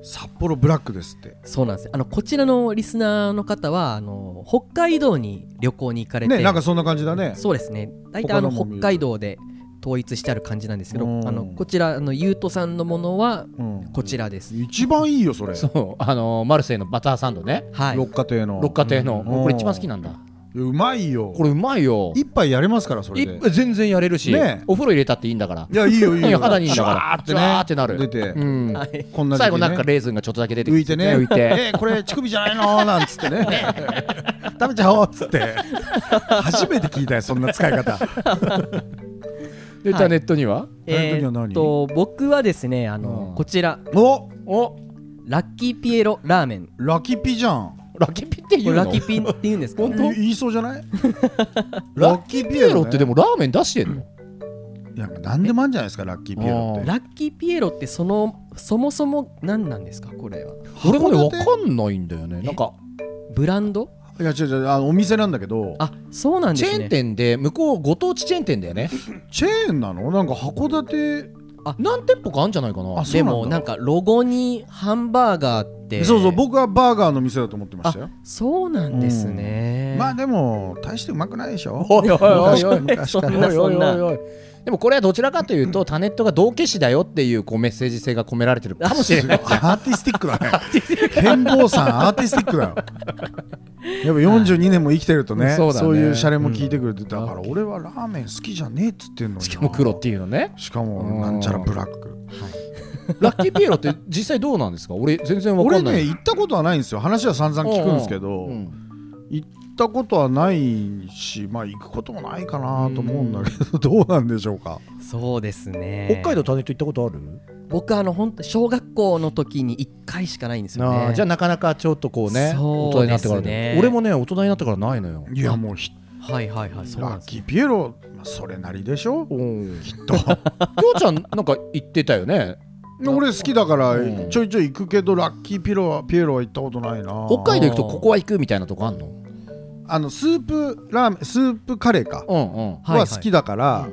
Speaker 4: 札幌ブラックですって
Speaker 2: そうなんですあのこちらのリスナーの方はあの北海道に旅行に行かれて、
Speaker 4: ねなんかそんな感じだね
Speaker 2: そうですね大体あの
Speaker 4: 他のも見る
Speaker 2: 北海道で統一してある感じなんですけど
Speaker 4: うん
Speaker 2: あのこちらあのゆうとさんのものは
Speaker 4: うん
Speaker 2: こちらです、
Speaker 4: 一番いいよそれ
Speaker 3: そうあのーマルセイのバターサンドね
Speaker 2: はい
Speaker 4: 六花亭の
Speaker 3: 六花亭の
Speaker 4: ん
Speaker 3: これ一番好きなんだ
Speaker 4: うまいよ
Speaker 3: これうまいよ
Speaker 4: 一杯やれますからそれで
Speaker 3: い全然やれるし
Speaker 4: ねえ
Speaker 3: お風呂入れたっていいんだから
Speaker 4: いやいいよいい
Speaker 3: い
Speaker 4: よ
Speaker 3: や肌にいいんだから
Speaker 4: シュワーって
Speaker 3: シュワ
Speaker 4: ね
Speaker 3: ーってなる
Speaker 4: 出て
Speaker 3: うん
Speaker 2: はい
Speaker 4: こんな時期ね
Speaker 3: 最後なんかレーズンがちょっとだけ出てき
Speaker 4: 浮いてね
Speaker 3: 浮いて
Speaker 4: えーこれ乳首じゃないのなんつってね食べちゃおうっつって初めて聞いたよそんな使い方
Speaker 3: でタネットには
Speaker 4: えー
Speaker 2: っと僕はですねあの、
Speaker 3: うん
Speaker 2: こちら
Speaker 4: お
Speaker 3: お
Speaker 2: ラッキーピエロラーメンこ
Speaker 4: ラキピじゃん
Speaker 3: ラッキーピって言
Speaker 2: れ
Speaker 3: う
Speaker 2: ラ
Speaker 3: の
Speaker 2: ッキーピンって言うんですか、
Speaker 3: 本当
Speaker 4: い言いそうじゃない
Speaker 3: ラッキーピエロってで
Speaker 4: も
Speaker 3: もラーメン出してんの
Speaker 4: 何でもあんじゃないですかラッキーピエロって
Speaker 2: ラッキーピエロってそのそもそも何なんですかこれは
Speaker 3: 俺もね
Speaker 4: 函
Speaker 3: わ
Speaker 4: 館
Speaker 3: かんないんだよねなんか
Speaker 2: ブランド
Speaker 4: いや違う違うあのお店なんだけど
Speaker 2: あそうなんで
Speaker 3: チェ
Speaker 2: す
Speaker 3: ーン
Speaker 2: ね
Speaker 3: 店で向こうご当地チェーン店だよね
Speaker 4: チェーンなのなんか函館
Speaker 2: あ
Speaker 3: 何店舗かあるんじゃないかな
Speaker 4: あそう
Speaker 2: で
Speaker 4: なんだ
Speaker 2: もなんかロゴにハンバーガーって
Speaker 4: そうそう僕はバーガーの店だと思ってましたよ
Speaker 2: そうなんですね、
Speaker 4: まあでも大してうまくないでしょ
Speaker 3: おいおいおいおい
Speaker 4: 昔から
Speaker 2: そんなそんな
Speaker 3: おいおいおいおいでもこれはどちらかというとタネットが道化師だよっていうこうメッセージ性が込められてるかもし れない
Speaker 4: アーティスティックだね健坊さんアーティスティックだよやっぱ42年も生きてるとね
Speaker 3: そ
Speaker 4: そうう
Speaker 3: だね
Speaker 4: いうシャレも聞いてくれて、だから俺はラーメン好きじゃねえっつってんのに
Speaker 3: しかも黒っていうのね
Speaker 4: しかもなんちゃらブラック
Speaker 3: ラッキーピエロって実際どうなんですか俺全然わか
Speaker 4: 俺
Speaker 3: んない
Speaker 4: ね行ったことはないんですよ話は散々聞くんですけど、
Speaker 3: うん
Speaker 4: 行ったことはないしまあ行くこともないかなと思うんだけど、どうなんでしょうか
Speaker 2: そうですね
Speaker 3: 北海道タネット行ったことある
Speaker 2: 僕あの本当小学校の時に1回しかないんですよ
Speaker 3: あー
Speaker 2: ね
Speaker 3: じゃあなかなかちょっとこうね大
Speaker 2: そ
Speaker 3: 人
Speaker 2: う
Speaker 3: にな
Speaker 2: で
Speaker 3: っ
Speaker 2: す
Speaker 3: て
Speaker 2: ね
Speaker 3: からね俺もね大人になってからないのよ
Speaker 4: いやもうひ
Speaker 2: はいはいはいそうな
Speaker 4: ラ
Speaker 2: ん
Speaker 4: ッ
Speaker 2: です
Speaker 4: キーピエロ、まあ、それなりでしょ
Speaker 3: おー
Speaker 4: きっと
Speaker 3: きょうちゃんなんか言ってたよね
Speaker 4: 俺好きだから
Speaker 3: うん
Speaker 4: ちょいちょい行くけどラッキーピエロはピエロは行ったことないな
Speaker 3: 北海道行くとここは行くみたいなとこあんの
Speaker 4: あのスープラーメンスープカレーか
Speaker 3: うんうん
Speaker 2: はいはい
Speaker 4: は好きだから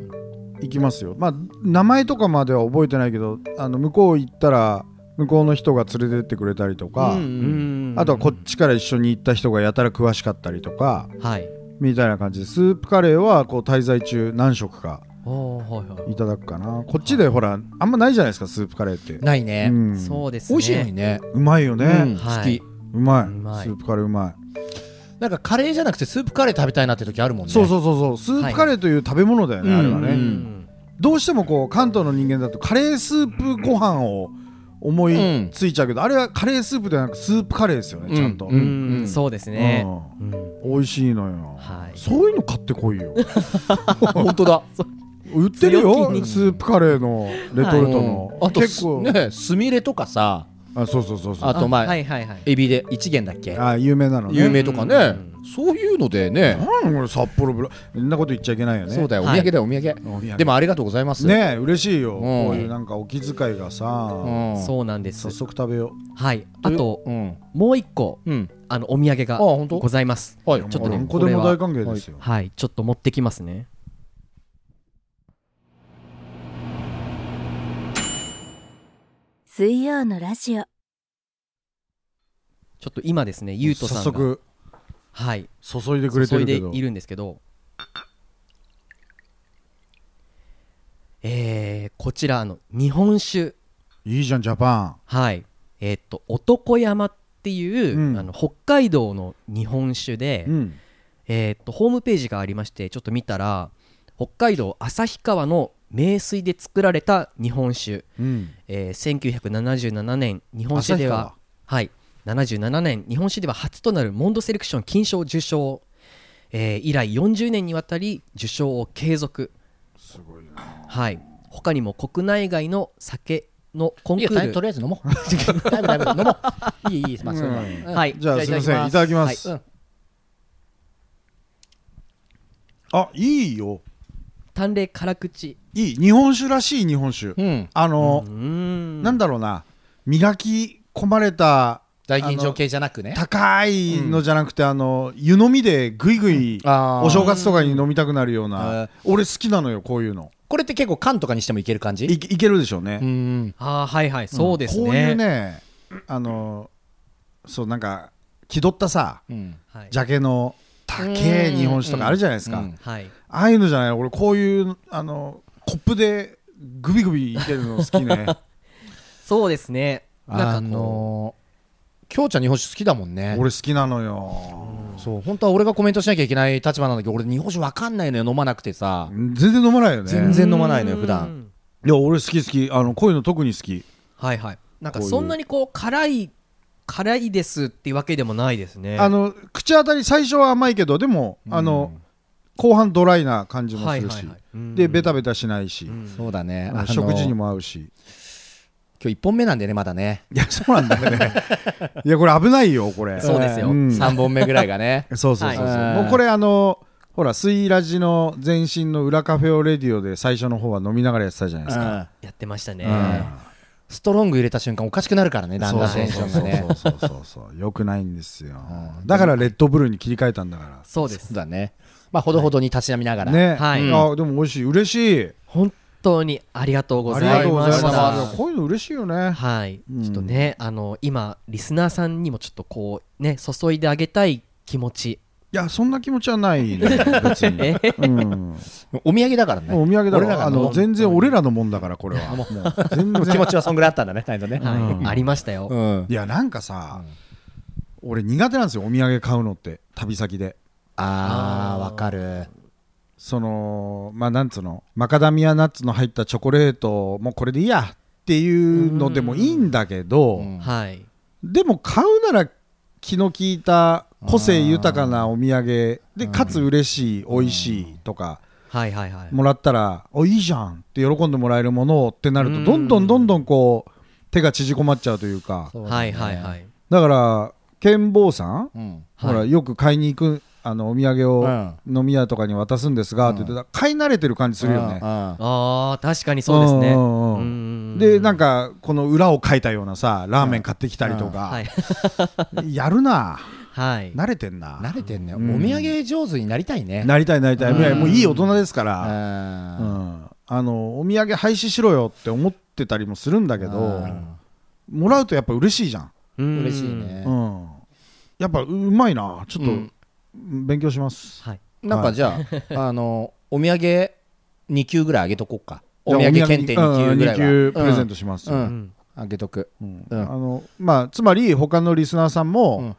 Speaker 4: 行きますよ、まあ名前とかまでは覚えてないけどあの向こう行ったら向こうの人が連れてってくれたりとか、
Speaker 2: うん
Speaker 4: あとはこっちから一緒に行った人がやたら詳しかったりとか
Speaker 2: はい
Speaker 4: みたいな感じでスープカレーはこう滞在中何食か
Speaker 2: おーはいはい
Speaker 4: いただくかなこっちでほらあんまないじゃないですかスープカレーって、
Speaker 3: ないうね
Speaker 4: ん、
Speaker 2: そうですね
Speaker 3: 美味しいのにね
Speaker 4: うまいよ
Speaker 3: うん
Speaker 4: ね、
Speaker 3: 好
Speaker 2: は
Speaker 3: き
Speaker 2: い
Speaker 4: うんうまい
Speaker 2: まい
Speaker 4: スープカレーうまい、
Speaker 3: なんかカレーじゃなくてスープカレー食べたいなって時あるもんね
Speaker 4: そうそうそうそうスープカレーという食べ物だよね、
Speaker 3: はい
Speaker 4: あれは
Speaker 2: う
Speaker 4: ね、
Speaker 2: ん
Speaker 4: どうしてもこう関東の人間だとカレースープご飯を思いついちゃうけど、あれはカレースープではなくスープカレーですよね、ちゃんと、
Speaker 3: う
Speaker 2: うんん
Speaker 3: うん
Speaker 2: そうですね
Speaker 4: う
Speaker 2: うん
Speaker 4: ん美味しいのよ、
Speaker 2: はい
Speaker 4: そういうの買ってこいよ
Speaker 3: 本当だ
Speaker 4: 売ってる
Speaker 2: 強
Speaker 4: よ
Speaker 2: 気に
Speaker 4: スープカレーのレトルトの、
Speaker 3: あと
Speaker 4: 結構、
Speaker 3: ねスミレとかさ
Speaker 4: あそうそうそうそう
Speaker 3: あとまあ
Speaker 2: はいはいはい
Speaker 3: エビで一元だっけ
Speaker 4: あ有名なの
Speaker 3: 有
Speaker 4: ね
Speaker 3: 名とか
Speaker 2: う
Speaker 3: ね
Speaker 2: ん
Speaker 3: そういうのでね
Speaker 4: なんこれ札幌ブラそんなこと言っちゃいけないよね
Speaker 3: そうだよお
Speaker 2: はい
Speaker 3: 土産だよお土産
Speaker 4: お土産
Speaker 3: でもありがとうございます
Speaker 4: ねえ嬉しいよ、
Speaker 3: ん
Speaker 4: こういうなんかお気遣いがさ、
Speaker 3: うん
Speaker 2: そうなんです
Speaker 4: 早速食べよう
Speaker 2: はいあと
Speaker 3: うん
Speaker 2: もう一個
Speaker 3: うん
Speaker 2: あのお土産
Speaker 3: あ
Speaker 2: が
Speaker 3: 本当
Speaker 2: ございます
Speaker 3: はい
Speaker 2: ちょっとね
Speaker 4: もう
Speaker 2: こ
Speaker 4: こ
Speaker 2: れ
Speaker 4: れ
Speaker 2: は
Speaker 4: も大歓迎ですよ、
Speaker 2: はいちょっと持ってきますね
Speaker 1: 水曜のラジオ
Speaker 2: ちょっと今ですねゆうとさ
Speaker 4: 早
Speaker 2: んが
Speaker 4: 速
Speaker 2: はい
Speaker 4: 注いでくれて
Speaker 2: 注い
Speaker 4: る
Speaker 2: で
Speaker 4: けど
Speaker 2: いるんですけどえーこちらあの日本酒
Speaker 4: いいじゃんジャパ
Speaker 2: はいえーっと男山っていう、
Speaker 4: うん
Speaker 2: あの北海道の日本酒で、
Speaker 4: ン、うん、
Speaker 2: えーっとホームページがありましてちょっと見たら北海道旭川の名水で作られた日本酒、
Speaker 4: うん、
Speaker 2: えー1977年日本酒でははい、77年日本史では初となるモンドセレクション金賞受賞、えー以来40年にわたり受賞を継続
Speaker 4: すごいな
Speaker 2: はい他にも国内外の酒のコン
Speaker 3: い
Speaker 2: ク
Speaker 3: や
Speaker 2: ー
Speaker 3: と
Speaker 2: ル
Speaker 3: りあえず飲もうだいぶだいぶ飲もういいいいまあそうだ
Speaker 4: うん
Speaker 2: はい
Speaker 4: じゃあすいませんいただきます、
Speaker 3: はい
Speaker 4: あいいよ
Speaker 2: 淡麗辛口
Speaker 4: いい日本酒らしい日本酒、
Speaker 3: うん
Speaker 4: あの、
Speaker 2: うーん
Speaker 4: なんだろうな磨き込まれた
Speaker 3: 大吟醸系じゃなくね
Speaker 4: 高いのじゃなくて、あの湯飲みでぐいぐい
Speaker 3: あー
Speaker 4: お正月とかに飲みたくなるような、
Speaker 3: うん
Speaker 4: 俺好きなのよこういうの
Speaker 3: これって結構缶とかにしてもいける感
Speaker 4: い
Speaker 3: じ
Speaker 4: いけるでしょうね、
Speaker 3: うん
Speaker 2: あーはいはいそうですね、
Speaker 4: こういうねあのそうなんか気取ったさ
Speaker 3: うん
Speaker 2: はい
Speaker 4: ジャケの高え日本酒とかあるじゃないですか、
Speaker 3: うん
Speaker 2: はい
Speaker 4: ああいうのじゃない俺こういうあのコップでグビグビいけるの好きね
Speaker 2: そうですねな
Speaker 3: あ
Speaker 2: んかこ
Speaker 3: のーきょうちゃん日本酒好きだもんね
Speaker 4: 俺好きなのよ
Speaker 3: そう本当は俺がコメントしなきゃいけない立場なんだけど俺日本酒わかんないのよ飲まなくてさ
Speaker 4: 全然飲まないよね
Speaker 3: 全
Speaker 2: う
Speaker 3: 然飲まないのよ
Speaker 2: うーん
Speaker 3: 普段
Speaker 4: いや俺好き好きあのこういうの特に好き
Speaker 2: はいはいなんか
Speaker 4: こういう
Speaker 2: そんなにこう辛い辛いですっていうわけでもないですね
Speaker 4: あの口当たり最初は甘いけどでも、あの後半ドライな感じもするし、でベタベタしないし、
Speaker 3: そうだねあ
Speaker 4: あの
Speaker 3: の
Speaker 4: 食事に
Speaker 3: 今
Speaker 4: も合うし
Speaker 3: 日1本目なんでねまだね
Speaker 4: いやそうなんだよね いやこれ危ないよこれ
Speaker 2: そうですよ
Speaker 4: ん
Speaker 3: 3本目ぐらいがね
Speaker 4: そうそうそうそう、
Speaker 3: はい
Speaker 4: もうこれあのほらスイラジの前身の裏カフェオレディオで最初の方は飲みながらやってたじゃないですか、
Speaker 2: やってましたね、
Speaker 3: ストロング入れた瞬間おかしくなるからねだん
Speaker 4: そ
Speaker 3: だ
Speaker 4: うんそ
Speaker 3: テ
Speaker 4: う
Speaker 3: ンショ
Speaker 4: そう
Speaker 3: ンがね
Speaker 4: そうそうそうそうよくないんです よ、だからレッドブルーに切り替えたんだか
Speaker 2: そうで
Speaker 3: そ
Speaker 2: す
Speaker 3: うだねまあほどほどにたしなみなが
Speaker 4: ら
Speaker 3: ら
Speaker 4: ね、
Speaker 2: はい
Speaker 4: あでも美味しい嬉しい
Speaker 2: 本当にありがとうご
Speaker 4: あ
Speaker 2: ざ
Speaker 4: りがと
Speaker 2: いう
Speaker 4: ご
Speaker 2: ま
Speaker 4: ざい
Speaker 2: した
Speaker 4: ます。こういうの嬉しいよね。
Speaker 2: はい、
Speaker 4: うん
Speaker 2: ちょっとねあの今リスナーさんにもちょっとこうね注いであげたい気持ち
Speaker 4: いや、そんな気持ちはないね、別に。うん、
Speaker 3: お土産だからね
Speaker 4: お土産だ
Speaker 3: 俺
Speaker 4: からら、
Speaker 3: が
Speaker 4: あの全然俺らのもんだから、これは。もう全然
Speaker 3: 気持ちはそんぐらいあったんだね 態度ね
Speaker 2: はい、
Speaker 4: うん
Speaker 2: ありましたよ、
Speaker 3: うん
Speaker 4: いや、なんかさ、俺苦手なんですよ、お土産買うのって、旅先で。
Speaker 3: あーわかる
Speaker 4: その、まあ、なんつうの、マカダミアナッツの入ったチョコレート、もうこれでいいやっていうのでもいいんだけど、
Speaker 3: うん
Speaker 2: はい
Speaker 4: でも買うなら気の利いた個性豊かなお土産で、かつ嬉しい、美味しいとか。
Speaker 2: はいはいはい
Speaker 4: もらったら「おいいじゃん」って喜んでもらえるものをってなる
Speaker 2: うん
Speaker 4: とどんどんどんどんこう手が縮こまっちゃうというか
Speaker 2: はいはいはい
Speaker 4: だから健坊さん、
Speaker 3: うん
Speaker 2: はい
Speaker 4: ほらよく買いに行くあのお土産
Speaker 3: う
Speaker 4: を
Speaker 3: ん
Speaker 4: 飲み屋とかに渡すんですが、
Speaker 3: うん
Speaker 4: って言ってた買い慣れてる感じするよね。
Speaker 3: ね
Speaker 2: あー確かにそうですね
Speaker 4: んうんうん
Speaker 2: うん
Speaker 4: でなんかこの裏をかいたようなさラーメン買ってきたりと
Speaker 2: は
Speaker 4: か
Speaker 2: い
Speaker 4: やるな
Speaker 2: はい
Speaker 4: 慣れてんな
Speaker 3: 慣れてんねお
Speaker 4: うん
Speaker 3: 土産上手になりたいね
Speaker 4: なりたいなりたい
Speaker 3: うん
Speaker 4: いやもういい大人ですか
Speaker 3: う
Speaker 4: らうんんあのお土産廃止しろよって思ってたりもするんだけどもらうとやっぱ嬉しいじゃん
Speaker 2: うん
Speaker 3: 嬉しいね
Speaker 4: うん、やっぱうまいなちょっと、
Speaker 3: うん
Speaker 4: 勉強します
Speaker 2: はい
Speaker 3: なんかじゃああのお土産2級ぐらいあげとこうかお土産
Speaker 4: じゃあ
Speaker 3: 検定2級ぐらいは
Speaker 4: うん二級プレゼントします、
Speaker 3: う
Speaker 2: うんん
Speaker 3: あげとく
Speaker 4: うん
Speaker 3: うん
Speaker 4: あのまあ、つまり他のリスナーさんも、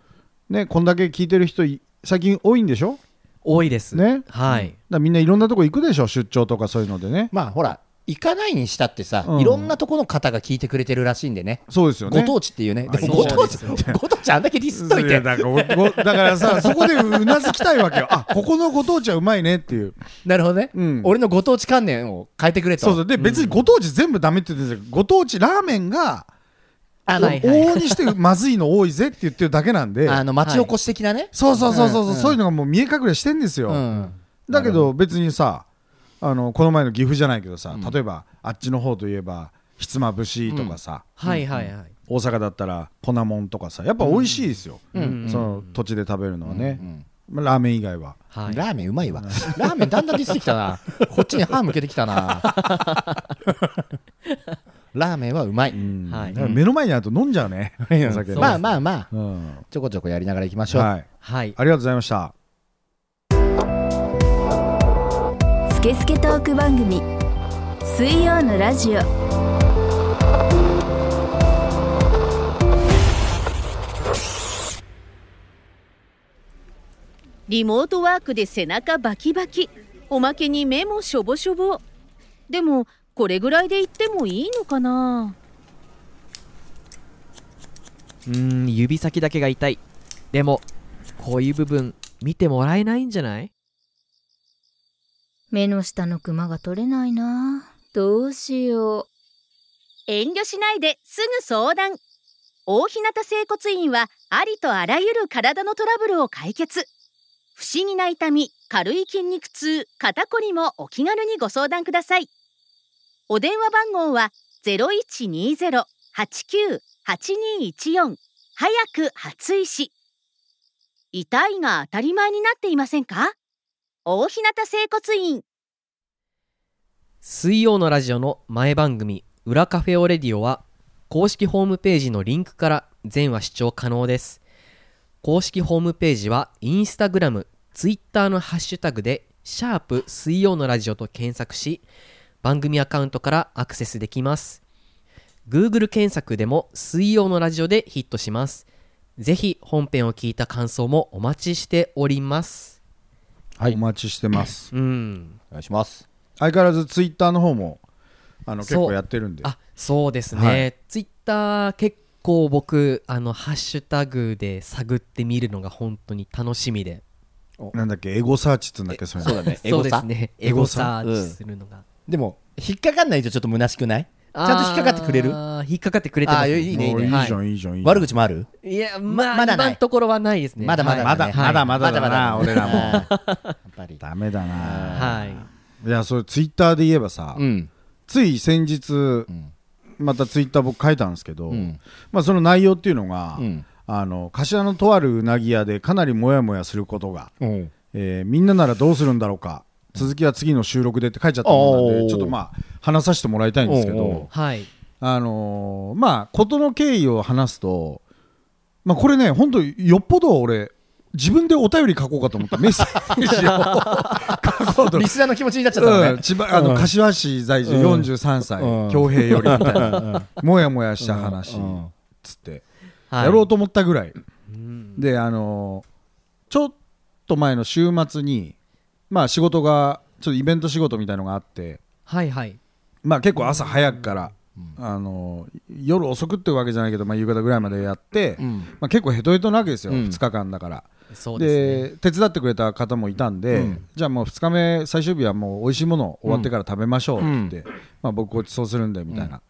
Speaker 4: ね、こんだけ聞いてる人い最近多いんでしょ
Speaker 2: 多いです
Speaker 4: ね
Speaker 2: はい
Speaker 4: だからみんないろんなとこ行くでしょ出張とかそういうのでね
Speaker 3: まあほら行かないにしたってさ
Speaker 4: うん
Speaker 3: いろんなとこの方が聞いてくれてるらしいんでね
Speaker 4: そうですよ
Speaker 3: ご
Speaker 4: ね
Speaker 3: 当地っていうね
Speaker 2: そ
Speaker 3: でも
Speaker 2: う
Speaker 3: ご
Speaker 2: なん
Speaker 3: 当
Speaker 2: で
Speaker 3: 地
Speaker 2: す
Speaker 3: ご当地あんだけディスっとい
Speaker 4: い
Speaker 3: て
Speaker 4: やだからごごだからさそこでうなずきたいわけよあここのご当地はうまいねっていう、
Speaker 3: なるほどね
Speaker 4: うん、
Speaker 3: 俺のご当地観念を変えてくれ
Speaker 4: そうそ
Speaker 3: と
Speaker 4: うで別にご当地全部ダメって言ってるんですよご当地ラーメンが
Speaker 3: あ
Speaker 4: 往
Speaker 3: の
Speaker 2: はいはい
Speaker 4: 々にしてまずいの多いぜって言ってるだけなん で
Speaker 3: あの町おこし的なね
Speaker 4: そうそうそうそうそ
Speaker 3: う
Speaker 4: う、
Speaker 3: ん
Speaker 4: そういうのがもう見え隠れしてんですよ、
Speaker 3: うん
Speaker 4: だけど別にさあのこの前の岐阜じゃないけどさ、
Speaker 3: うん
Speaker 4: 例えばあっちの方といえばひつまぶしとかさ、
Speaker 2: はいはいはい
Speaker 4: 大阪だったら粉もんとかさやっぱ美味しいですよ、
Speaker 3: うん
Speaker 4: その土地で食べるのはね
Speaker 3: う、ん
Speaker 4: まあラーメン以外は
Speaker 2: はい
Speaker 3: ラーメンうまいわラーメンだんだんディスってきた なこっちに歯向けてきた なラーメンはうまい
Speaker 4: うん
Speaker 2: はい
Speaker 4: だから目の前にあると飲んじゃうね、お酒ね
Speaker 3: まあまあまあ
Speaker 4: うん
Speaker 3: ちょこちょこやりながら行きましょう
Speaker 4: はい、
Speaker 2: はい
Speaker 4: ありがとうございました
Speaker 1: スケスケトーク番組水曜のラジオ
Speaker 6: リモートワークで背中バキバキおまけに目もしょぼしょぼでもこれぐらいで行ってもいいのかな
Speaker 2: うーん指先だけが痛いでもこういう部分見てもらえないんじゃない
Speaker 7: 目の下のクマが取れないな
Speaker 1: どうしよう
Speaker 6: 遠慮しないですぐ相談大日向整骨院はありとあらゆる体のトラブルを解決不思議な痛み軽い筋肉痛肩こりもお気軽にご相談くださいお電話番号は0120-89-8214早く初医師痛いが当たり前になっていませんか大日向整骨院
Speaker 2: 水曜のラジオの前番組「裏カフェオレディオ」は公式ホームページのリンクから全話視聴可能です公式ホームページはインスタグラムツイッターのハッシュタグで「シャープ水曜のラジオ」と検索し番組アカウントからアクセスできます Google 検索でも「水曜のラジオ」でヒットしますぜひ本編を聞いた感想もお待ちしております
Speaker 4: お待ちしてます
Speaker 2: うん
Speaker 3: お願いします
Speaker 4: 相変わらずツイッターの方もあの結
Speaker 2: そう
Speaker 4: 構やってるんで
Speaker 2: あそうですね、
Speaker 4: は
Speaker 2: ツイッター結構僕あのハッシュタグで探ってみるのが本当に楽しみで
Speaker 4: なんだっけエゴサーチっつうんだっけそれ
Speaker 3: そうだねエ
Speaker 2: そう
Speaker 3: ゴ
Speaker 2: で
Speaker 3: サ
Speaker 2: すねエ
Speaker 4: エ
Speaker 2: ゴ
Speaker 4: ゴサ
Speaker 2: サーチするのが、
Speaker 3: でも引っかかんないとちょっと虚しくない
Speaker 2: あー
Speaker 3: ちゃんと引っかかってくれる
Speaker 2: 引っかかってくれてます、
Speaker 3: あーいいねいい
Speaker 4: もう
Speaker 3: ね
Speaker 4: いい
Speaker 2: はい
Speaker 4: じゃんいいじゃんいいじゃん
Speaker 3: 悪口もある
Speaker 2: いやまあ、
Speaker 3: まだない
Speaker 2: 今のところはないですね
Speaker 3: まだまだ
Speaker 2: はい
Speaker 4: だまだまだだな俺らも
Speaker 3: やっぱり
Speaker 4: ダメだな
Speaker 2: はい、
Speaker 4: いやそれツイッターで言えばさ、
Speaker 3: うん
Speaker 4: つい先日
Speaker 3: うん
Speaker 4: またツイッター僕書いたんですけど、
Speaker 3: うん
Speaker 4: まあ、その内容っていうのが、
Speaker 3: うん
Speaker 4: あの柏のとあるうなぎ屋でかなりモヤモヤすることが、
Speaker 3: うん
Speaker 4: えーみんなならどうするんだろうか続きは次の収録でって書いちゃったもんなん
Speaker 3: お
Speaker 4: で
Speaker 3: ー
Speaker 4: ちょっとまあ話させてもらいたいんですけ
Speaker 3: おうお
Speaker 4: ど
Speaker 2: はい
Speaker 4: あのーまあ事の経緯を話すとまあこれね本当よっぽど俺自分でお便り書こう かと思ったメッセージを書こうと思って
Speaker 3: リスナーの気持ちになっちゃったのね、
Speaker 4: うん千葉あの柏市在住43歳
Speaker 3: うん
Speaker 4: 恭平よりみたいなもやもやした話
Speaker 3: うん
Speaker 4: つって
Speaker 2: はい
Speaker 4: やろうと思ったぐらい
Speaker 2: うん
Speaker 4: であのーちょっと前の週末にまあ仕事がちょっとイベント仕事みたいのがあって
Speaker 2: はいはい
Speaker 4: まあ結構朝早くからあのー夜遅くってわけじゃないけどまあ夕方ぐらいまでやって
Speaker 3: うん
Speaker 4: まあ結構ヘトヘトなわけですよ
Speaker 3: うん
Speaker 4: 2日間だから
Speaker 2: そうですね
Speaker 4: で手伝ってくれた方もいたんで、じゃあもう2日目最終日はもう美味しいもの終わってから食べましょうって言って、まあ、僕ごちそうするんでみたいな、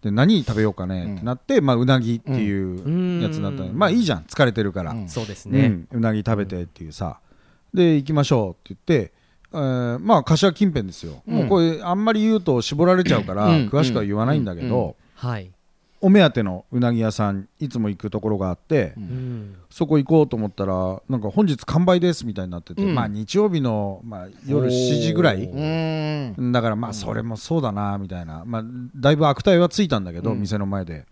Speaker 4: で何食べようかねってなって、まあ、うなぎっていうやつだったんで、
Speaker 2: うん
Speaker 4: まあいいじゃん疲れてるから、
Speaker 2: そうです
Speaker 4: う
Speaker 2: ね、
Speaker 4: んうなぎ食べてっていうさで行きましょうって言って、えーまあ柏近辺ですよ、もうこれあんまり言うと絞られちゃうから、
Speaker 3: うん
Speaker 4: 詳しくは言わないんだけど、
Speaker 2: はい、
Speaker 4: お目当てのうなぎ屋さんいつも行くところがあって、
Speaker 2: うん、
Speaker 4: そこ行こうと思ったらなんか本日完売ですみたいになってて、
Speaker 3: うん
Speaker 4: まあ日曜日の、まあ、夜7時ぐらい
Speaker 3: うん
Speaker 4: だからまあそれもそうだなみたいな、まあ、だいぶ悪態はついたんだけど、店の前で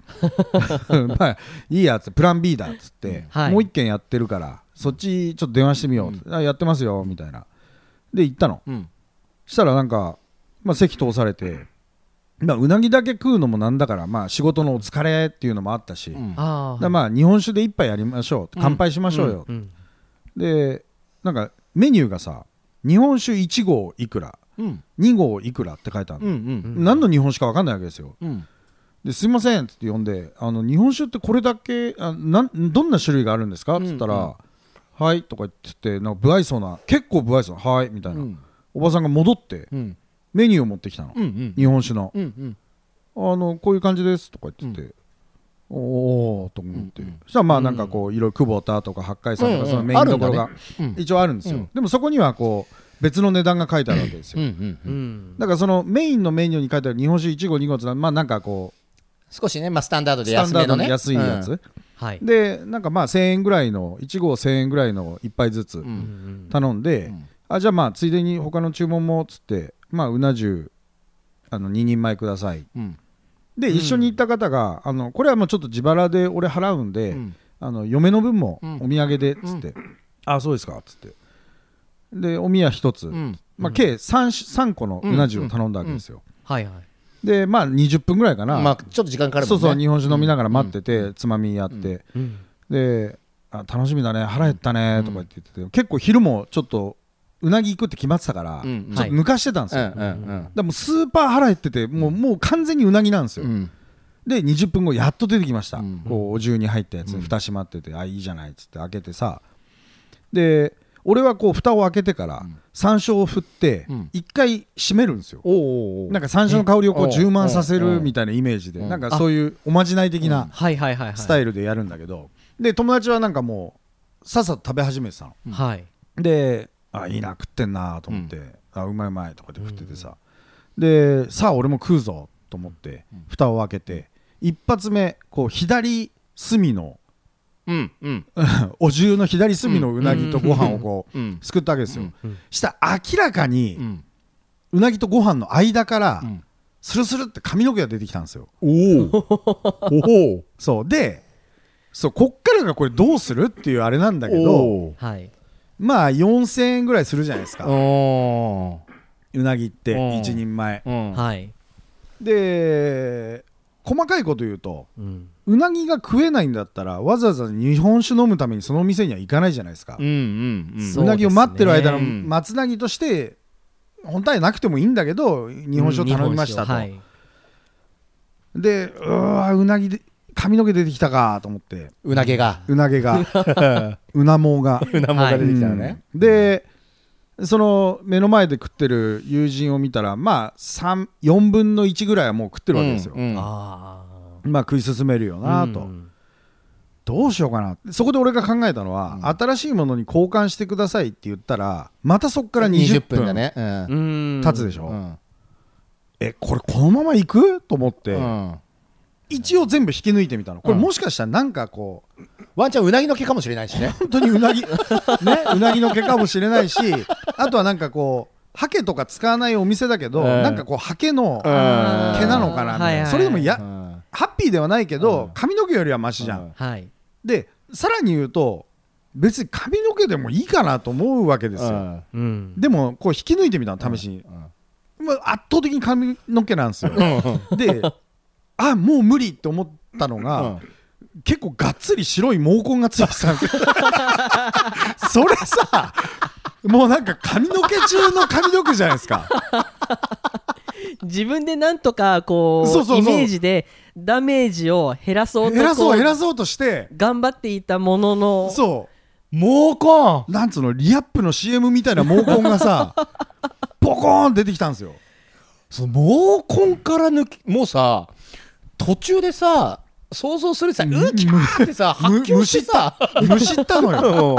Speaker 4: まあいいやつプラン B だっつって、
Speaker 2: はい
Speaker 4: もう一軒やってるからそっちちょっと電話してみようって、あやってますよみたいなで行ったの、
Speaker 3: うん
Speaker 4: したらなんか、まあ、席通されて、まあ、うなぎだけ食うのもなんだから、まあ、仕事のお疲れっていうのもあったし、
Speaker 3: ん
Speaker 2: あ
Speaker 4: だ
Speaker 2: あ
Speaker 4: からまあ日本酒で一杯やりましょう乾杯しましょうよ、
Speaker 2: うん
Speaker 4: でなんかメニューがさ日本酒1号いくら
Speaker 3: うん
Speaker 4: 2号いくらって書いてある
Speaker 3: う
Speaker 4: の、
Speaker 3: ん
Speaker 4: 何の日本酒か分かんないわけですよ
Speaker 3: うん
Speaker 4: ですいませんっつって呼んであの日本酒ってこれだけあなんどんな種類があるんですかっつったら、はいとか言っててなんか不愛想な結構不愛想なはいみたいな、
Speaker 3: うん
Speaker 4: おばさんが戻って
Speaker 3: うん
Speaker 4: メニューを持ってきたの、
Speaker 3: うんうん
Speaker 4: 日本酒の、
Speaker 3: うんうん
Speaker 4: あのこういう感じですとか言ってて、おおと思って、そしたらまあなんかこういろいろ久保田とか八海さんと
Speaker 3: うん
Speaker 4: か
Speaker 3: うん
Speaker 4: そのメインところ
Speaker 3: あ
Speaker 4: が
Speaker 3: るうん
Speaker 4: 一応あるんですよ、
Speaker 3: うん
Speaker 4: でもそこにはこう別の値段が書いてあるわけです
Speaker 3: う
Speaker 4: よ、
Speaker 3: んうん
Speaker 2: うんうん
Speaker 4: だからそのメインのメニューに書いてある日本酒1号2号ってのはまあなんかこう
Speaker 3: 少しね、まあ、スタンダードで
Speaker 4: スタン
Speaker 3: 安
Speaker 4: ダー
Speaker 3: めの
Speaker 4: ドの
Speaker 3: ね
Speaker 4: 安いやつ、、
Speaker 2: はい、
Speaker 4: でなんかまあ1000円ぐらいの1号1000円ぐらいの1杯ずつ
Speaker 3: うんうん
Speaker 4: 頼んで、
Speaker 3: ん
Speaker 4: あじゃあまあついでに他の注文もっつってまあうな重あの2人前ください
Speaker 3: うん
Speaker 4: で一緒に行った方が、あのこれはもうちょっと自腹で俺払うんで、
Speaker 3: ん
Speaker 4: あの嫁の分も
Speaker 3: ん
Speaker 4: お土産でっつって、あそうですかっつってでお宮一つ、
Speaker 3: うん
Speaker 4: まあ、計 3, 三個のうな重を頼んだわけですよ、
Speaker 2: はいはい
Speaker 4: でまあ20分ぐらいかな、
Speaker 3: まあ、ちょっと時間かかるも
Speaker 4: そ
Speaker 3: ん
Speaker 4: う
Speaker 3: ね
Speaker 4: そう日本酒飲みながら待ってて、つまみやって、
Speaker 2: うん
Speaker 4: であ楽しみだね腹減ったねとか言ってて、結構昼もちょっとうなぎ行くって決まってたから、
Speaker 3: うんうん
Speaker 4: ちょっと抜かしてたんですよ、
Speaker 3: うんうん
Speaker 4: でもうスーパー腹減っててもうもう完全にうなぎなんですよ、
Speaker 3: うんうん
Speaker 4: で20分後やっと出てきました、
Speaker 3: うん
Speaker 4: こうお重に入ったやつ、蓋閉まっててあいいじゃないっつって開けてさで俺はこう蓋を開けてから、山椒を振って
Speaker 3: うん
Speaker 4: 一回閉めるんですよ、
Speaker 3: おうおうおう
Speaker 4: なんか山椒の香りをこ
Speaker 3: う
Speaker 4: うん充満させ
Speaker 3: う
Speaker 4: る
Speaker 3: ん
Speaker 4: みたいなイメージで、
Speaker 3: うん
Speaker 4: なんかそういうおまじない的な
Speaker 2: はいはいはいはい
Speaker 4: スタイルでやるんだけど、で友達はなんかもうさっさと食べ始めてたの
Speaker 2: はい
Speaker 4: であいいな食ってんなと思って、あうまいうまいとかで食っててさ、でさあ俺も食うぞと思って蓋を開けて一発目こう左隅の
Speaker 3: うんうん
Speaker 4: お重の左隅のうなぎとご飯をこう、
Speaker 3: うん
Speaker 4: すくったわけですよ、
Speaker 2: うん
Speaker 4: したら明らかに、
Speaker 3: うん
Speaker 4: うなぎとご飯の間から、
Speaker 3: ん
Speaker 4: スルスルって髪の毛が出てきたんですよ
Speaker 3: おおおお
Speaker 4: そうでそうこっからがこれどうするっていうあれなんだけど
Speaker 3: お
Speaker 2: はい
Speaker 4: まあ4000円ぐらいするじゃないですか
Speaker 3: お
Speaker 4: うなぎって
Speaker 3: うん
Speaker 4: 一人前
Speaker 3: うん
Speaker 2: はい
Speaker 4: で細かいこと言うと
Speaker 2: うん
Speaker 4: うなぎが食えないんだったらわざわざ日本酒飲むためにその店には行かないじゃないですか、
Speaker 3: うんうんうん
Speaker 2: そう
Speaker 4: なぎを待ってる間の
Speaker 3: うん
Speaker 4: 松なぎとして本体なくてもいいんだけど日本酒を頼みましたと、
Speaker 2: うん日本酒を
Speaker 4: でうわうなぎで髪の毛出てきたかと思って
Speaker 3: うなげが
Speaker 4: うなげが うなもうが
Speaker 3: うなもが出てきたのね
Speaker 4: うんでその目の前で食ってる友人を見たらまあ3 4分の1ぐらいはもう食ってるわけですよ、
Speaker 3: うんうん
Speaker 2: はい、あ
Speaker 4: まあ食い進めるよ
Speaker 2: あ
Speaker 4: なと、どうしようかなそこで俺が考えたのは、新しいものに交換してくださいって言ったらまたそこから20
Speaker 3: 20
Speaker 4: 分
Speaker 3: 分だねうん
Speaker 2: うん
Speaker 4: 経つでしょ、
Speaker 3: うん
Speaker 4: えこれこのまま行くと思って、
Speaker 3: うん
Speaker 4: 一応全部引き抜いてみたのこれ
Speaker 3: うん
Speaker 4: もしかしたらなんかこう
Speaker 3: ワンちゃんうなぎの毛か もしれないしね
Speaker 4: 本当にうなぎねうなぎの毛かもしれないしあとはなんかこうハケとか使わないお店だけど、
Speaker 3: うん
Speaker 4: なんかこうハケの毛
Speaker 3: あー
Speaker 4: なのかなみたいな、それでもいや、
Speaker 3: うん
Speaker 4: ハッピーではないけど、
Speaker 3: うん
Speaker 4: 髪の毛よりはマシじゃん、
Speaker 3: うん
Speaker 2: はい
Speaker 4: でさらに言うと別に髪の毛でもいいかなと思うわけですよ、
Speaker 3: うん
Speaker 2: うん
Speaker 4: でもこう引き抜いてみたの試しに、まあ、圧倒的に髪の毛なんですよであもう無理って思ったのが、結構がっつり白い毛根がついてた んですよそれさもうなんか髪の毛中の髪の毛じゃないですか
Speaker 2: 自分でなんとかこう
Speaker 4: そうそうそう
Speaker 2: イメージでダメージを減らそうと
Speaker 4: 減らそう減
Speaker 2: こ
Speaker 4: らそうとして
Speaker 2: う頑張っていたものの
Speaker 4: そ
Speaker 3: 毛根
Speaker 4: うなんつうのリアップの CM みたいな毛根がさポコーン出てきたんですよ
Speaker 3: その毛根から抜きもうさ途中でさ想像するさうきゃーってさ
Speaker 4: む
Speaker 3: 発狂してさ
Speaker 4: むしったのよ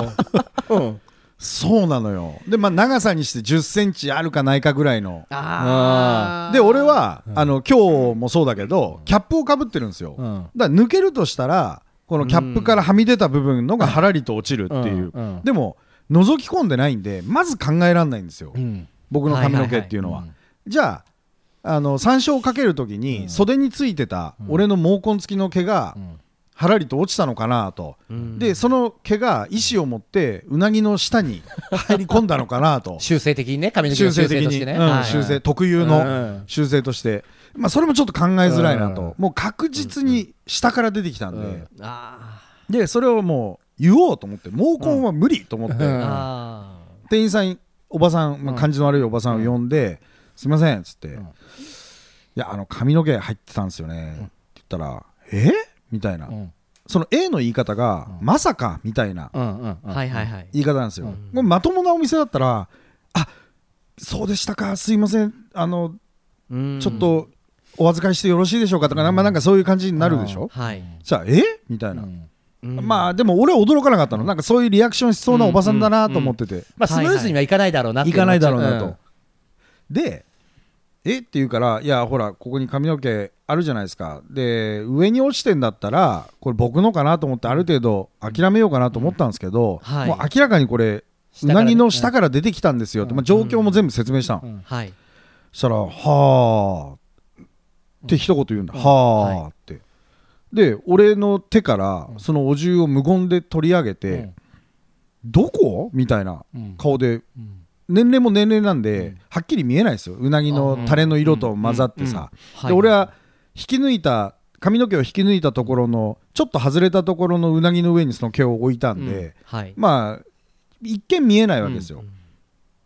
Speaker 3: うんうん
Speaker 4: そうなのよでまあ長さにして1 0センチあるかないかぐらいの
Speaker 2: あー
Speaker 4: で俺は、あの今日もそうだけどキャップをかぶってるんですよ、
Speaker 3: うん
Speaker 4: だから抜けるとしたらこのキャップからはみ出た部分のがはらりと落ちるっていう、
Speaker 3: うんうん
Speaker 4: でも覗き込んでないんでまず考えられないんですよ、
Speaker 3: うん
Speaker 4: 僕の髪の毛っていうのは,、じゃああの山椒をかけるときに、袖についてた俺の毛根付きの毛が、はらりと落ちたのかなと、でその毛が意志を持ってうなぎの下に入り込んだのかなと
Speaker 3: 修正的にね髪の毛の
Speaker 4: 修
Speaker 3: 修正
Speaker 4: 正的
Speaker 3: と
Speaker 4: に
Speaker 3: してね
Speaker 4: うん
Speaker 3: はい
Speaker 4: 修正特有の
Speaker 3: うん
Speaker 4: 修正として、まあ、それもちょっと考えづらいなと、
Speaker 3: うん
Speaker 4: もう確実に下から出てきたんで、
Speaker 3: うん
Speaker 2: あ
Speaker 4: でそれをもう言おうと思って毛根は無理と思って、
Speaker 2: ーあ
Speaker 4: 店員さんおばさん、まあ、感じの悪いおばさんを呼んで「すいません」っつって「いやあの髪の毛入ってたんですよね」って言ったら「えみたいな、
Speaker 3: ん
Speaker 4: その「え」の言い方が「まさか」みたいな
Speaker 3: うんうんう
Speaker 2: ー
Speaker 3: ん
Speaker 2: はいはいはい
Speaker 4: 言い方なんですよ、もうまともなお店だったら「あそうでしたかすいませんあの
Speaker 2: うん
Speaker 4: ちょっとお預かりしてよろしいでしょうか」とか、まあ、なんかそういう感じになるでしょ、
Speaker 2: はい
Speaker 4: じゃあ「えみたいな、ま
Speaker 2: あ
Speaker 4: あでも俺は驚かなかったのなんかそういうリアクションしそうなおばさんだなと思ってて、
Speaker 3: まあスムーズにはいかないだろうなって
Speaker 4: 行
Speaker 3: うの
Speaker 4: か
Speaker 3: は
Speaker 4: ないだろうなと、
Speaker 3: ん
Speaker 4: でえって言うからいやほらここに髪の毛あるじゃないですかで上に落ちてんだったらこれ僕のかなと思ってある程度諦めようかなと思ったんですけど、
Speaker 2: うんはい
Speaker 4: もう明らかにこれう
Speaker 3: 下から
Speaker 4: な
Speaker 3: ね
Speaker 4: ぎの下から出てきたんですよって、まあ、状況も全部説明したの、
Speaker 2: はい
Speaker 4: そしたら「はあ」って一言言うんだ「はあ」って、で俺の手からそのお重を無言で取り上げて「
Speaker 3: うん
Speaker 4: どこ?」みたいな顔で、年齢も年齢なんで、はっきり見えないですようなぎのタレの色と混ざってさ、
Speaker 2: はい
Speaker 4: で俺は引き抜いた髪の毛を引き抜いたところのちょっと外れたところのうなぎの上にその毛を置いたんで、
Speaker 2: はい
Speaker 4: まあ一見見えないわけですよ。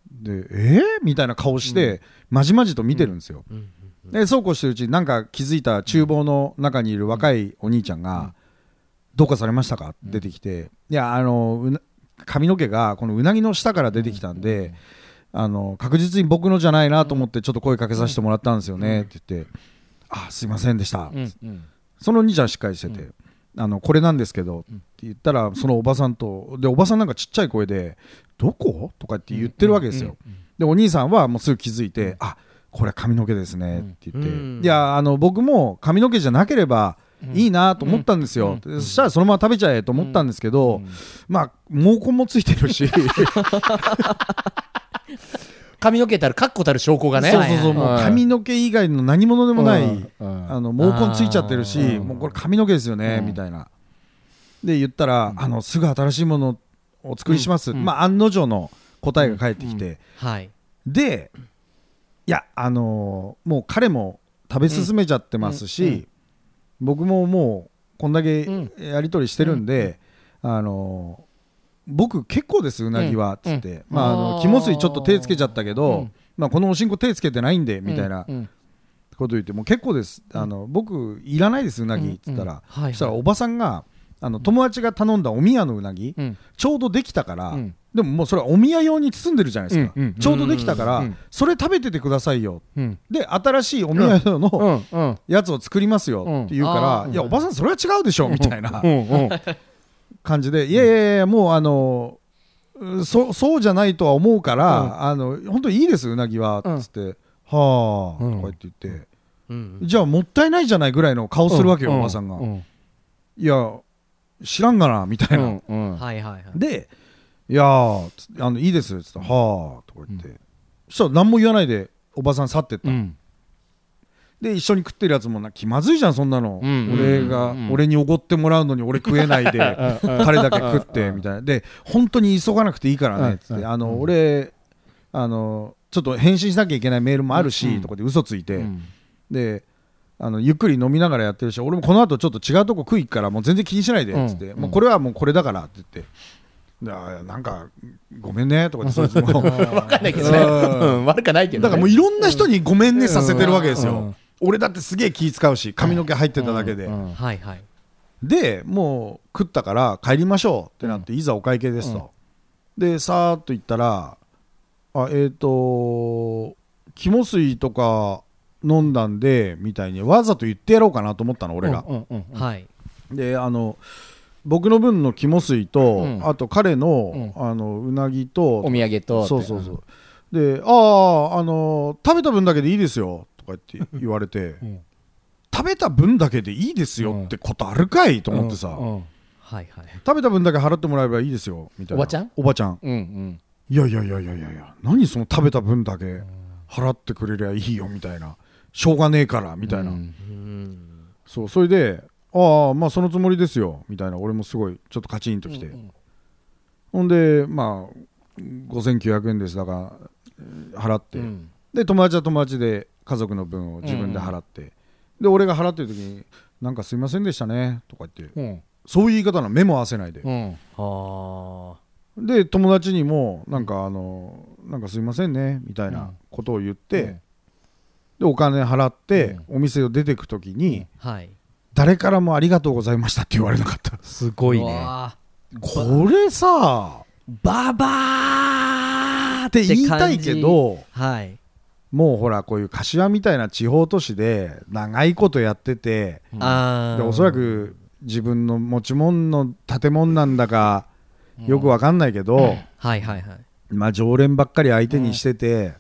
Speaker 4: でえー、みたいな顔して、まじまじと見てるんですよ。でそうこうしてるうちになんか気づいた厨房の中にいる若いお兄ちゃんが「どうかされましたか?」って出てきて「いやあのうな髪の毛がこのうなぎの下から出てきたんで、あの確実に僕のじゃないなと思ってちょっと声かけさせてもらったんですよね」って言って「あすいませんでした」
Speaker 3: うん
Speaker 4: そのお兄ちゃんしっかりしてて、あのこれなんですけどって言ったらそのおばさんとでおばさんなんかちっちゃい声で「どこ?」とかって言ってるわけですよ、でお兄さんはもうすぐ気づいて「あこれは髪の毛ですね」って言って「
Speaker 2: うん
Speaker 4: いやあの僕も髪の毛じゃなければいいなと思ったんですよ、でそしたらそのまま食べちゃえと思ったんですけど、まあ毛根もついてる し
Speaker 3: 髪の毛たる確固たる証拠がね
Speaker 4: そうそうそう、もう髪の毛以外の何物でもない、
Speaker 3: うん
Speaker 4: あの毛根ついちゃってるし、もうこれ髪の毛ですよね、みたいな。で言ったら、あのすぐ新しいものをお作りします、まあ、案の定の答えが返ってきて、
Speaker 2: はい
Speaker 4: でいやあのーもう彼も食べ進めちゃってますし、僕ももうこんだけ
Speaker 3: ん
Speaker 4: やり取りしてるんで、あのー僕結構ですうなぎはっつって、まあ、あ
Speaker 2: あ
Speaker 4: の
Speaker 2: ー
Speaker 4: 肝水ちょっと手つけちゃったけど、まあ、このおしんこ手つけてないんでみたいな
Speaker 3: うん
Speaker 4: こと言ってもう結構ですあの僕いらないですうなぎっつったら、
Speaker 2: はいはい
Speaker 4: そしたらおばさんがあの友達が頼んだお宮のうなぎ、
Speaker 3: うん
Speaker 4: ちょうどできたから、
Speaker 3: ん
Speaker 4: でももうそれはお宮用に包んでるじゃないですか、
Speaker 3: うんうん
Speaker 4: ちょうどできたから、
Speaker 3: うん
Speaker 4: それ食べててくださいよ、
Speaker 3: うん
Speaker 4: で新しいお宮用
Speaker 3: う
Speaker 4: の
Speaker 3: んうん
Speaker 4: やつを作りますよって言うから、
Speaker 2: うんあー
Speaker 4: いやおばさんそれは違うでしょみたいな
Speaker 3: うんうん
Speaker 4: 感じで、いやいやいやもうあのうそそうじゃないとは思うから、あの本当にいいですうなぎはっつって、はあ、
Speaker 3: うん
Speaker 4: とか言って言って。
Speaker 2: うん
Speaker 4: じゃあもったいないじゃないぐらいの顔するわけよ、
Speaker 3: う
Speaker 4: おばさんが、
Speaker 3: う
Speaker 4: いや知らんがなみたいな、
Speaker 3: うんうん
Speaker 2: はいはいはい
Speaker 4: で「いやーつあのいいです」っつって「はあ」とか言って、そしたら何も言わないでおばさん去ってった、
Speaker 3: うん
Speaker 4: で一緒に食ってるやつもな気まずいじゃんそんなの、
Speaker 3: うん
Speaker 4: 俺が、俺におごってもらうのに俺食えない で彼だけ食ってみたいなで本当に急がなくていいからねっつって、あの俺あのちょっと返信しなきゃいけないメールもあるし、とかで嘘ついて、であのゆっくり飲みながらやってるし俺もこの後ちょっと違うとこ食い行くからもう全然気にしないでっつって、もうこれはもうこれだからって言って。であなんかごめんねとかって そいつも
Speaker 3: 分かんないけどね、うん、悪くないけど、ね、
Speaker 4: だからもういろんな人にごめんねさせてるわけですよ、俺だってすげえ気使うし髪の毛入ってただけで、
Speaker 2: はいはい
Speaker 4: でもう食ったから帰りましょうってなって、いざお会計ですと、でさーっと行ったらあえっ、と肝水とか飲んだんでみたいにわざと言ってやろうかなと思ったの俺が、
Speaker 3: うんうん
Speaker 2: はい
Speaker 4: であの僕の分の肝水と、
Speaker 3: うん
Speaker 4: あと彼の,、あのうなぎと
Speaker 3: お土産と
Speaker 4: そうそうそうで「あああのー食べた分だけでいいですよ」とか言って言われて、食べた分だけでいいですよってことあるかいと思ってさ、
Speaker 3: うん
Speaker 2: はいはい
Speaker 4: 食べた分だけ払ってもらえばいいですよみたいな
Speaker 3: おばちゃん
Speaker 4: おばちゃん
Speaker 3: うんうん
Speaker 4: いやいやいやいやいやいや何その食べた分だけ払ってくれりゃいいよみたいなしょうがねえからみたいな、
Speaker 3: うん
Speaker 4: そうそれで「ああまあそのつもりですよ」みたいな俺もすごいちょっとカチンときて、ほんでまあ5900円ですだからえー払って、で友達は友達で家族の分を自分で払って、で俺が払ってる時に「なんかすいませんでしたね」とか言って、
Speaker 3: うん
Speaker 4: そういう言い方なの目も合わせないで、
Speaker 3: うん
Speaker 2: あ
Speaker 4: で友達にもなんかあのなんかすいませんねみたいなことを言って、でお金払って、お店を出てく時に
Speaker 2: あはい
Speaker 4: 誰からもありがとうございましたって言われなかった
Speaker 3: すごいね
Speaker 2: わ
Speaker 4: これさ
Speaker 2: ババー
Speaker 4: っ
Speaker 2: って
Speaker 4: て言いたいけど
Speaker 2: はい
Speaker 4: もうほらこういう柏みたいな地方都市で長いことやってて、
Speaker 2: あ
Speaker 4: でおそらく自分の持ち物の建物なんだかよくわかんないけど、
Speaker 2: はいはいはい
Speaker 4: まあ常連ばっかり相手にしてて、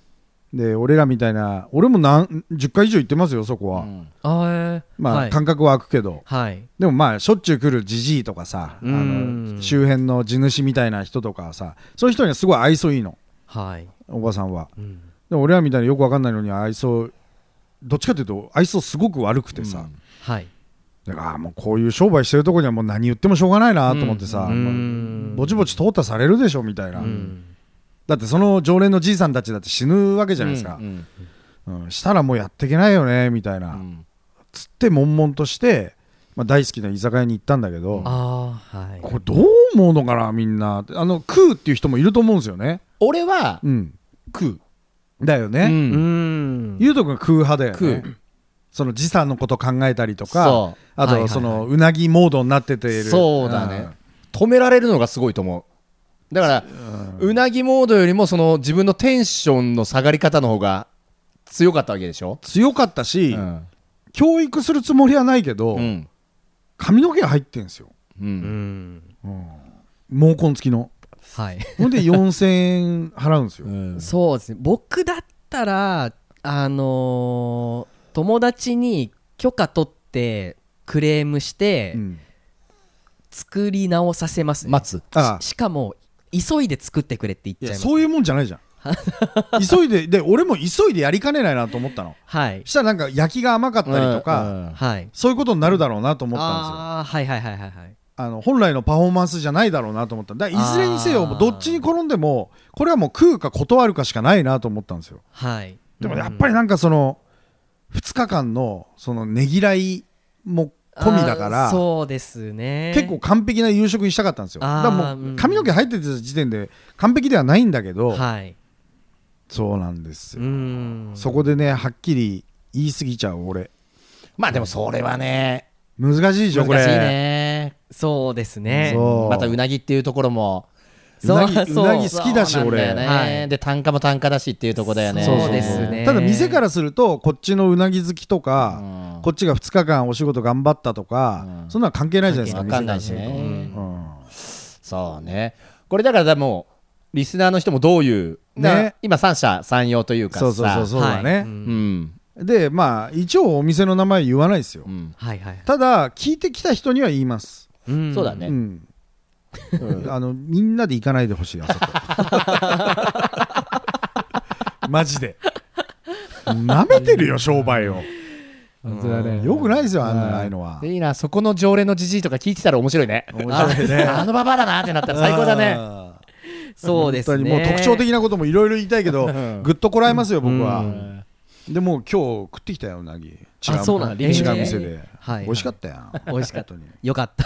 Speaker 4: で俺らみたいな俺も何10回以上行ってますよそこは、
Speaker 2: あーえー
Speaker 4: まあ、
Speaker 2: はい
Speaker 4: 感覚は空くけど
Speaker 2: はい
Speaker 4: でもまあしょっちゅう来るじじいとかさあ
Speaker 2: うん
Speaker 4: の周辺の地主みたいな人とかさそういう人にはすごい愛想いいの
Speaker 2: はい
Speaker 4: おばさんは、
Speaker 2: ん
Speaker 4: でも俺らみたいによくわかんないのに愛想どっちかというと愛想すごく悪くてさ、
Speaker 2: はい
Speaker 4: だからあーもうこういう商売してるとこにはもう何言ってもしょうがないなと思ってさ、
Speaker 2: ん
Speaker 4: ぼちぼち淘汰されるでしょみたいな、だってその常連のじいさんたちだって死ぬわけじゃないですか、
Speaker 3: うん
Speaker 4: うんしたらもうやっていけないよねみたいな、
Speaker 3: ん
Speaker 4: つって悶々として、まあ、大好きな居酒屋に行ったんだけど、
Speaker 2: ああはい
Speaker 4: これどう思うのかなみんなあの食うっていう人もいると思うんですよね
Speaker 3: 俺は
Speaker 4: うん
Speaker 3: 食
Speaker 4: だ
Speaker 3: う、
Speaker 4: よ
Speaker 3: う、
Speaker 4: ね、
Speaker 2: うんん
Speaker 4: ゆうとくんは食う派だよね
Speaker 3: 食
Speaker 4: その時差のこと考えたりとか
Speaker 3: そ
Speaker 4: あ
Speaker 2: はいはいは
Speaker 4: と
Speaker 2: い
Speaker 4: そのうなぎモードになってている
Speaker 3: そうだね、止められるのがすごいと思うだから、うなぎモードよりもその自分のテンションの下がり方の方が強かったわけでしょ、
Speaker 4: 強かったし、
Speaker 3: うん
Speaker 4: 教育するつもりはないけど、
Speaker 3: うん
Speaker 4: 髪の毛が入ってんすよ
Speaker 2: う
Speaker 3: う、
Speaker 2: んん
Speaker 4: 毛根付きの
Speaker 2: はい
Speaker 4: ほんで4000円払うんですよ、
Speaker 2: そうですね僕だったらあのー友達に許可取ってクレームして、
Speaker 4: うん
Speaker 2: 作り直させますね、
Speaker 3: 待つ
Speaker 4: ああ
Speaker 2: しかも急いで作ってくれって言っち
Speaker 4: い
Speaker 2: ゃいま
Speaker 4: や
Speaker 2: す
Speaker 4: そういうもんじゃな いじゃん急いでで俺も急いでやりかねないなと思ったの
Speaker 2: はい
Speaker 4: したらなんか焼きが甘かったりとか、
Speaker 3: うん
Speaker 2: はい
Speaker 4: そういうことになるだろうなと思ったんですよ
Speaker 2: ああーはいはいはいはいはい
Speaker 4: あの本来のパフォーマンスじゃないだろうなと思っただからいずれにせ
Speaker 2: あ
Speaker 4: よ
Speaker 2: ー
Speaker 4: どっちに転んでもこれはもう食うか断るかしかないなと思ったんですよ
Speaker 2: はい
Speaker 4: でもやっぱりなんかその2日間のそのねぎらいも込みだか
Speaker 2: あー
Speaker 4: ら
Speaker 2: そうですね
Speaker 4: 結構完璧な夕食にしたかったんですよだ
Speaker 2: あー
Speaker 4: からもう髪の毛入ってた時点で完璧ではないんだけど
Speaker 2: はい
Speaker 4: そうなんです
Speaker 2: う
Speaker 4: よ
Speaker 2: ん
Speaker 4: そこでねはっきり言い過ぎちゃう俺
Speaker 3: まあでもそれはね
Speaker 4: 難しいでしょこれ
Speaker 3: 難しいね
Speaker 2: そうですね
Speaker 4: そう
Speaker 3: またうなぎっていうところも
Speaker 4: うな
Speaker 2: そう
Speaker 4: ぎうなぎ好きだし
Speaker 3: そうなんだよ
Speaker 4: 俺
Speaker 3: ね、
Speaker 2: はい
Speaker 3: で単価も単価だしっていうところだよね
Speaker 2: そうそうですね
Speaker 4: ただ店からするとこっちのうなぎ好きとか、こっちが2日間お仕事頑張ったとか、そんなの関係ないじゃないですか
Speaker 3: 分かんないし
Speaker 4: 店
Speaker 3: ね、
Speaker 4: からする
Speaker 3: そうねこれだからもうリスナーの人もどういう、
Speaker 4: ね
Speaker 3: だから今三者三様というか
Speaker 4: と
Speaker 3: さ
Speaker 4: そうそうそうそうだね、
Speaker 2: はいうん
Speaker 3: うん
Speaker 4: でまあ一応お店の名前言わないですよ、
Speaker 3: うん
Speaker 2: はいはい
Speaker 4: ただ聞いてきた人には言います、
Speaker 2: うん
Speaker 3: そうだね、
Speaker 4: うん あのみんなで行かないでほしいあそこ
Speaker 9: マジでなめてるよ商売を
Speaker 8: 本当だね
Speaker 4: よくないですよあんなああいうのは。
Speaker 3: いいな、そこの常連のじじいとか聞いてたら面白いね。
Speaker 4: 面白いね
Speaker 3: ああのババアだなってなったら最高だね。
Speaker 4: ね。
Speaker 2: そうですね
Speaker 4: 本当にもう特徴的なこともいろいろ言いたいけど、ぐっとこらえますよ、僕は。でもう今日食ってきたよ、うなぎ。違う
Speaker 2: あそうなん
Speaker 4: 違
Speaker 2: だ
Speaker 4: う
Speaker 2: えー
Speaker 4: 店で。
Speaker 2: はい
Speaker 4: 美味しかったよ。
Speaker 2: 美味しかった
Speaker 4: 本当に
Speaker 2: よかった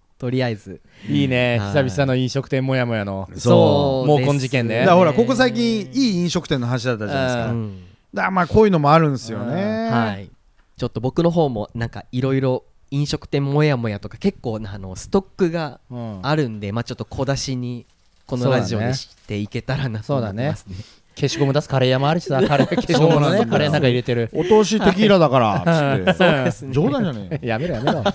Speaker 2: とりあえず
Speaker 3: いいね、
Speaker 2: はい
Speaker 3: 久々の飲食店もやもやの。
Speaker 2: そう
Speaker 3: もう金事件ね
Speaker 4: だからほら、ここ最近、いい飲食店の話だったじゃないですか。
Speaker 2: う
Speaker 4: だか
Speaker 2: ん
Speaker 4: らまあ、こういうのもあるんですよね。
Speaker 2: はいちょっと僕の方もなんかいろいろ飲食店もやもやとか結構なあのストックが
Speaker 3: うん
Speaker 2: あるんで、まあちょっと小出しにこの
Speaker 3: そうだね
Speaker 2: ラジオにしていけたらなと思ってますね
Speaker 3: 消しゴム出すカレー屋もあるしさ、カレー消しゴムのね、カレーの中入れてる。
Speaker 4: お通しテキーラだから、つって。
Speaker 2: そうですね
Speaker 4: 冗談じゃねえよ。
Speaker 3: やめろやめろ。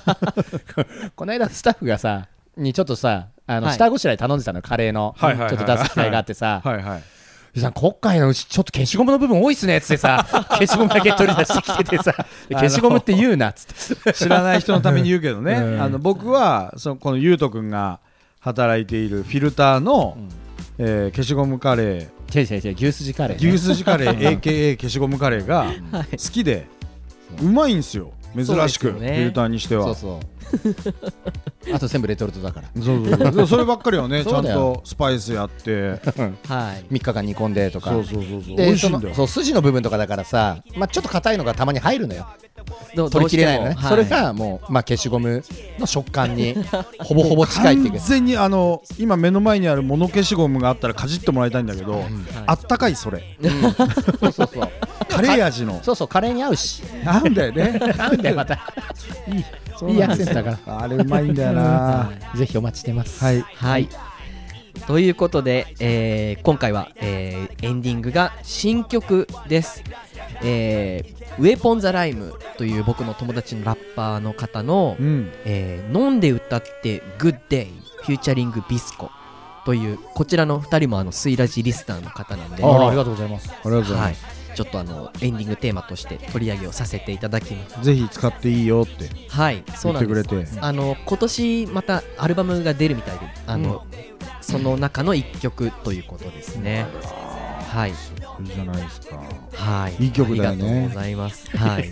Speaker 3: この間スタッフがさ、にちょっとさ、あの
Speaker 2: はい
Speaker 3: 下ごしらえ頼んでたの、カレーの、ちょ
Speaker 9: はい
Speaker 3: っ
Speaker 9: はいはい
Speaker 3: と出す機会があってさ、
Speaker 9: はいはい
Speaker 3: ゆうさん今回のうちちょっと消しゴムの部分多いっすねっつってさ消しゴムだけ取り出してきててさ消しゴムって言うなっつって
Speaker 4: 知らない人のために言うけどね、あの僕はそのこのゆうとくんが働いているフィルターの、えー消しゴムカレ
Speaker 3: 違う違う違う牛すじカレ
Speaker 4: ー
Speaker 3: ーね
Speaker 4: 牛すじカレー AKA 消しゴムカレーが好きで、うまいんですよ珍しく、
Speaker 2: そうですよね
Speaker 4: フィルターにして
Speaker 3: そ
Speaker 4: は
Speaker 3: うそう あと全部レトルトだから
Speaker 4: そうそうそうでもそればっかりはねち
Speaker 3: そ
Speaker 4: ゃ
Speaker 3: うんだよ
Speaker 4: とスパイスやって
Speaker 2: はい
Speaker 3: 3日間煮込んでとか
Speaker 4: そうそうそうそう美
Speaker 3: で
Speaker 4: 味し
Speaker 3: そ
Speaker 4: いん
Speaker 3: の
Speaker 4: だよ
Speaker 3: そう筋の部分とかだからさ、まあ、ちょっと硬いのがたまに入るのよ
Speaker 2: ど
Speaker 3: 取り切れないのね、
Speaker 2: どうしても
Speaker 3: それ
Speaker 2: はい
Speaker 3: がもう、まあ、消しゴムの食感にほぼほぼ近いっていう
Speaker 4: 完
Speaker 3: か
Speaker 4: 全にあの今目の前にある物消しゴムがあったらかじってもらいたいんだけど、あったかいそれ
Speaker 3: そうそうそう
Speaker 4: カレー味の
Speaker 3: そうそうカレーに合うし
Speaker 4: 合うんだよね
Speaker 3: 合うんだよまたいいいいアクセントだか
Speaker 4: あれうまいんだよな
Speaker 3: らぜひお待ちしてます
Speaker 4: はい
Speaker 2: はい。ということで、えー今回は、えーエンディングが新曲です。えーウェポン・ザ・ライムという僕の友達のラッパーの方の
Speaker 4: う、ん
Speaker 2: えー飲んで歌ってグッデイフューチャリングビスコというこちらの2人もあのスイラジリスナーの方なんで、
Speaker 3: あらあ
Speaker 2: は
Speaker 3: りがとうございます
Speaker 4: ありがとうございます、
Speaker 2: い、ちょっとあのエンディングテーマとして取り上げをさせていただきます。
Speaker 4: ぜひ使っていいよって
Speaker 2: はい、そう
Speaker 4: 言っ
Speaker 2: なん
Speaker 4: て
Speaker 2: で
Speaker 4: く
Speaker 2: す
Speaker 4: れ。て
Speaker 2: あの今年またアルバムが出るみたいであの、その中の1曲ということですねはい
Speaker 4: いいじゃないですか
Speaker 2: はい
Speaker 4: いい曲だよね
Speaker 2: ありがとうございますはい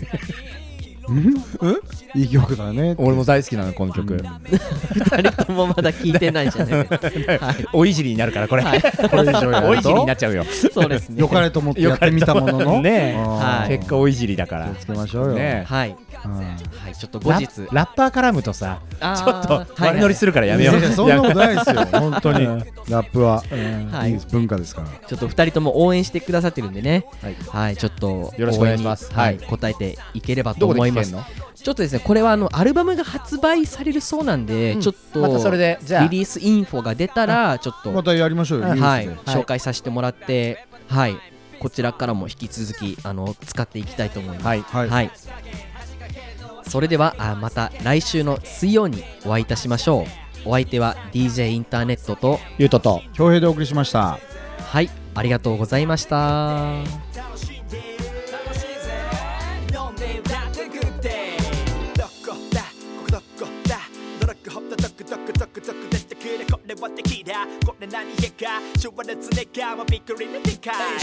Speaker 4: いい曲だね
Speaker 3: 俺も大好きなのこの曲、
Speaker 2: 2人ともまだ聞いてないじゃない ですかはい
Speaker 3: おいじりになるからこれ、
Speaker 2: はい
Speaker 4: これ以上 や
Speaker 3: おい
Speaker 4: る
Speaker 3: じりに
Speaker 4: と
Speaker 3: なっちゃうよ
Speaker 2: そうですね
Speaker 4: よかれと思ってやってみたもの の
Speaker 3: ねえ
Speaker 4: はい
Speaker 3: 結果おいじりだから
Speaker 4: つけましょうよ、
Speaker 3: ね
Speaker 2: はい、
Speaker 4: うん
Speaker 2: はい、ちょっと後日
Speaker 3: ララッパー絡むとさ
Speaker 2: あ
Speaker 3: ちょ
Speaker 2: ー
Speaker 3: っと悪乗りするからや
Speaker 4: い
Speaker 3: めよう、
Speaker 4: やいやそんなことない ですよ本当にラップは、
Speaker 2: はい
Speaker 4: いいです文化ですから
Speaker 2: ちょっと2人とも応援してくださってるんでね
Speaker 3: はい
Speaker 2: はいちょっと
Speaker 3: よろしくお願いします
Speaker 2: 応援に
Speaker 3: は
Speaker 2: はい、答えていければと
Speaker 3: どこで
Speaker 2: 思い
Speaker 3: 聞
Speaker 2: ま
Speaker 3: けん
Speaker 2: す
Speaker 3: の
Speaker 2: ちょっとですねこれはあのアルバムが発売されるそうなんで、
Speaker 3: ん
Speaker 2: ちょっと
Speaker 3: またそれでじゃあ
Speaker 2: リリースインフォが出たらちょっと、
Speaker 4: またやりましょうよ、
Speaker 2: はい、
Speaker 4: ニュースで
Speaker 2: 紹介させてもらってはいこちらからも引き続きあの使っていきたいと思います
Speaker 3: はい
Speaker 4: はい
Speaker 2: それではあまた来週の水曜にお会いいたしましょうお相手は DJ インターネットと
Speaker 3: ゆうとと
Speaker 4: 恭平でお送りしました
Speaker 2: はいありがとうございました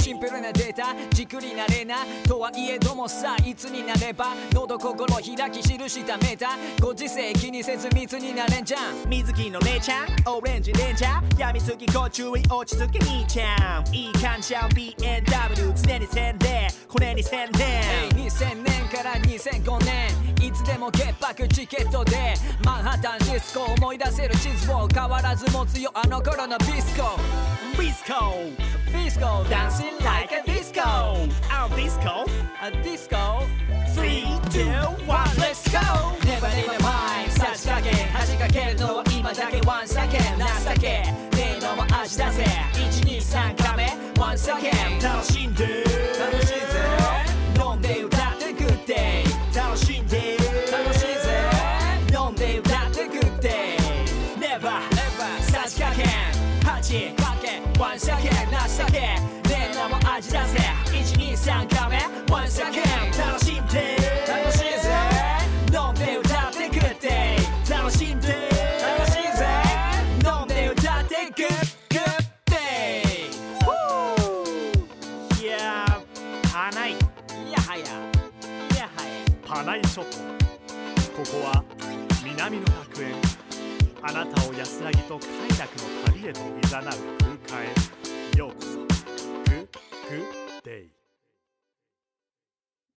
Speaker 10: シンプルなデータじっくりなれなとはいえどもさいつになれば喉心開き記したメータご時世気にせず密になれんじゃん
Speaker 11: 水着のレイちゃんオレンジレンジャー病みすぎご注意落ち着け兄ちゃんいい感じゃん BMW 常に宣伝これに宣伝
Speaker 10: 2000年から2005年いつでも潔白チケットでマンハッタンディスコ思い出せる地図を変わらず持つよあの頃のディスコ
Speaker 11: ビスコ
Speaker 10: Disco dancing like a disco
Speaker 11: I'm disco
Speaker 10: a disco
Speaker 11: 321
Speaker 10: Let's go! Never never mind 差し上げ恥かけるのは今だけ One second 情けねえのも味出せ123カメ One second
Speaker 11: 楽しんで
Speaker 10: 楽しいぜ飲んで歌って Good day
Speaker 11: 楽しんで
Speaker 10: 楽しいぜ飲んで歌って Good day
Speaker 11: Never
Speaker 10: Never
Speaker 11: 差
Speaker 10: 差
Speaker 11: し
Speaker 10: し
Speaker 11: 掛
Speaker 10: 掛
Speaker 11: け
Speaker 10: け
Speaker 11: 8
Speaker 10: かけ One second 情けねえのも味出せ123カメ One second
Speaker 11: 楽しんで
Speaker 10: 楽しいぜ飲んで歌って Good day
Speaker 11: 楽しんで
Speaker 10: 楽しいぜ飲んで歌って Good Good Day
Speaker 11: Yeah 所ここは南の楽園あなたを安らぎと快楽の旅へと誘う空間へようこそグッグッデイ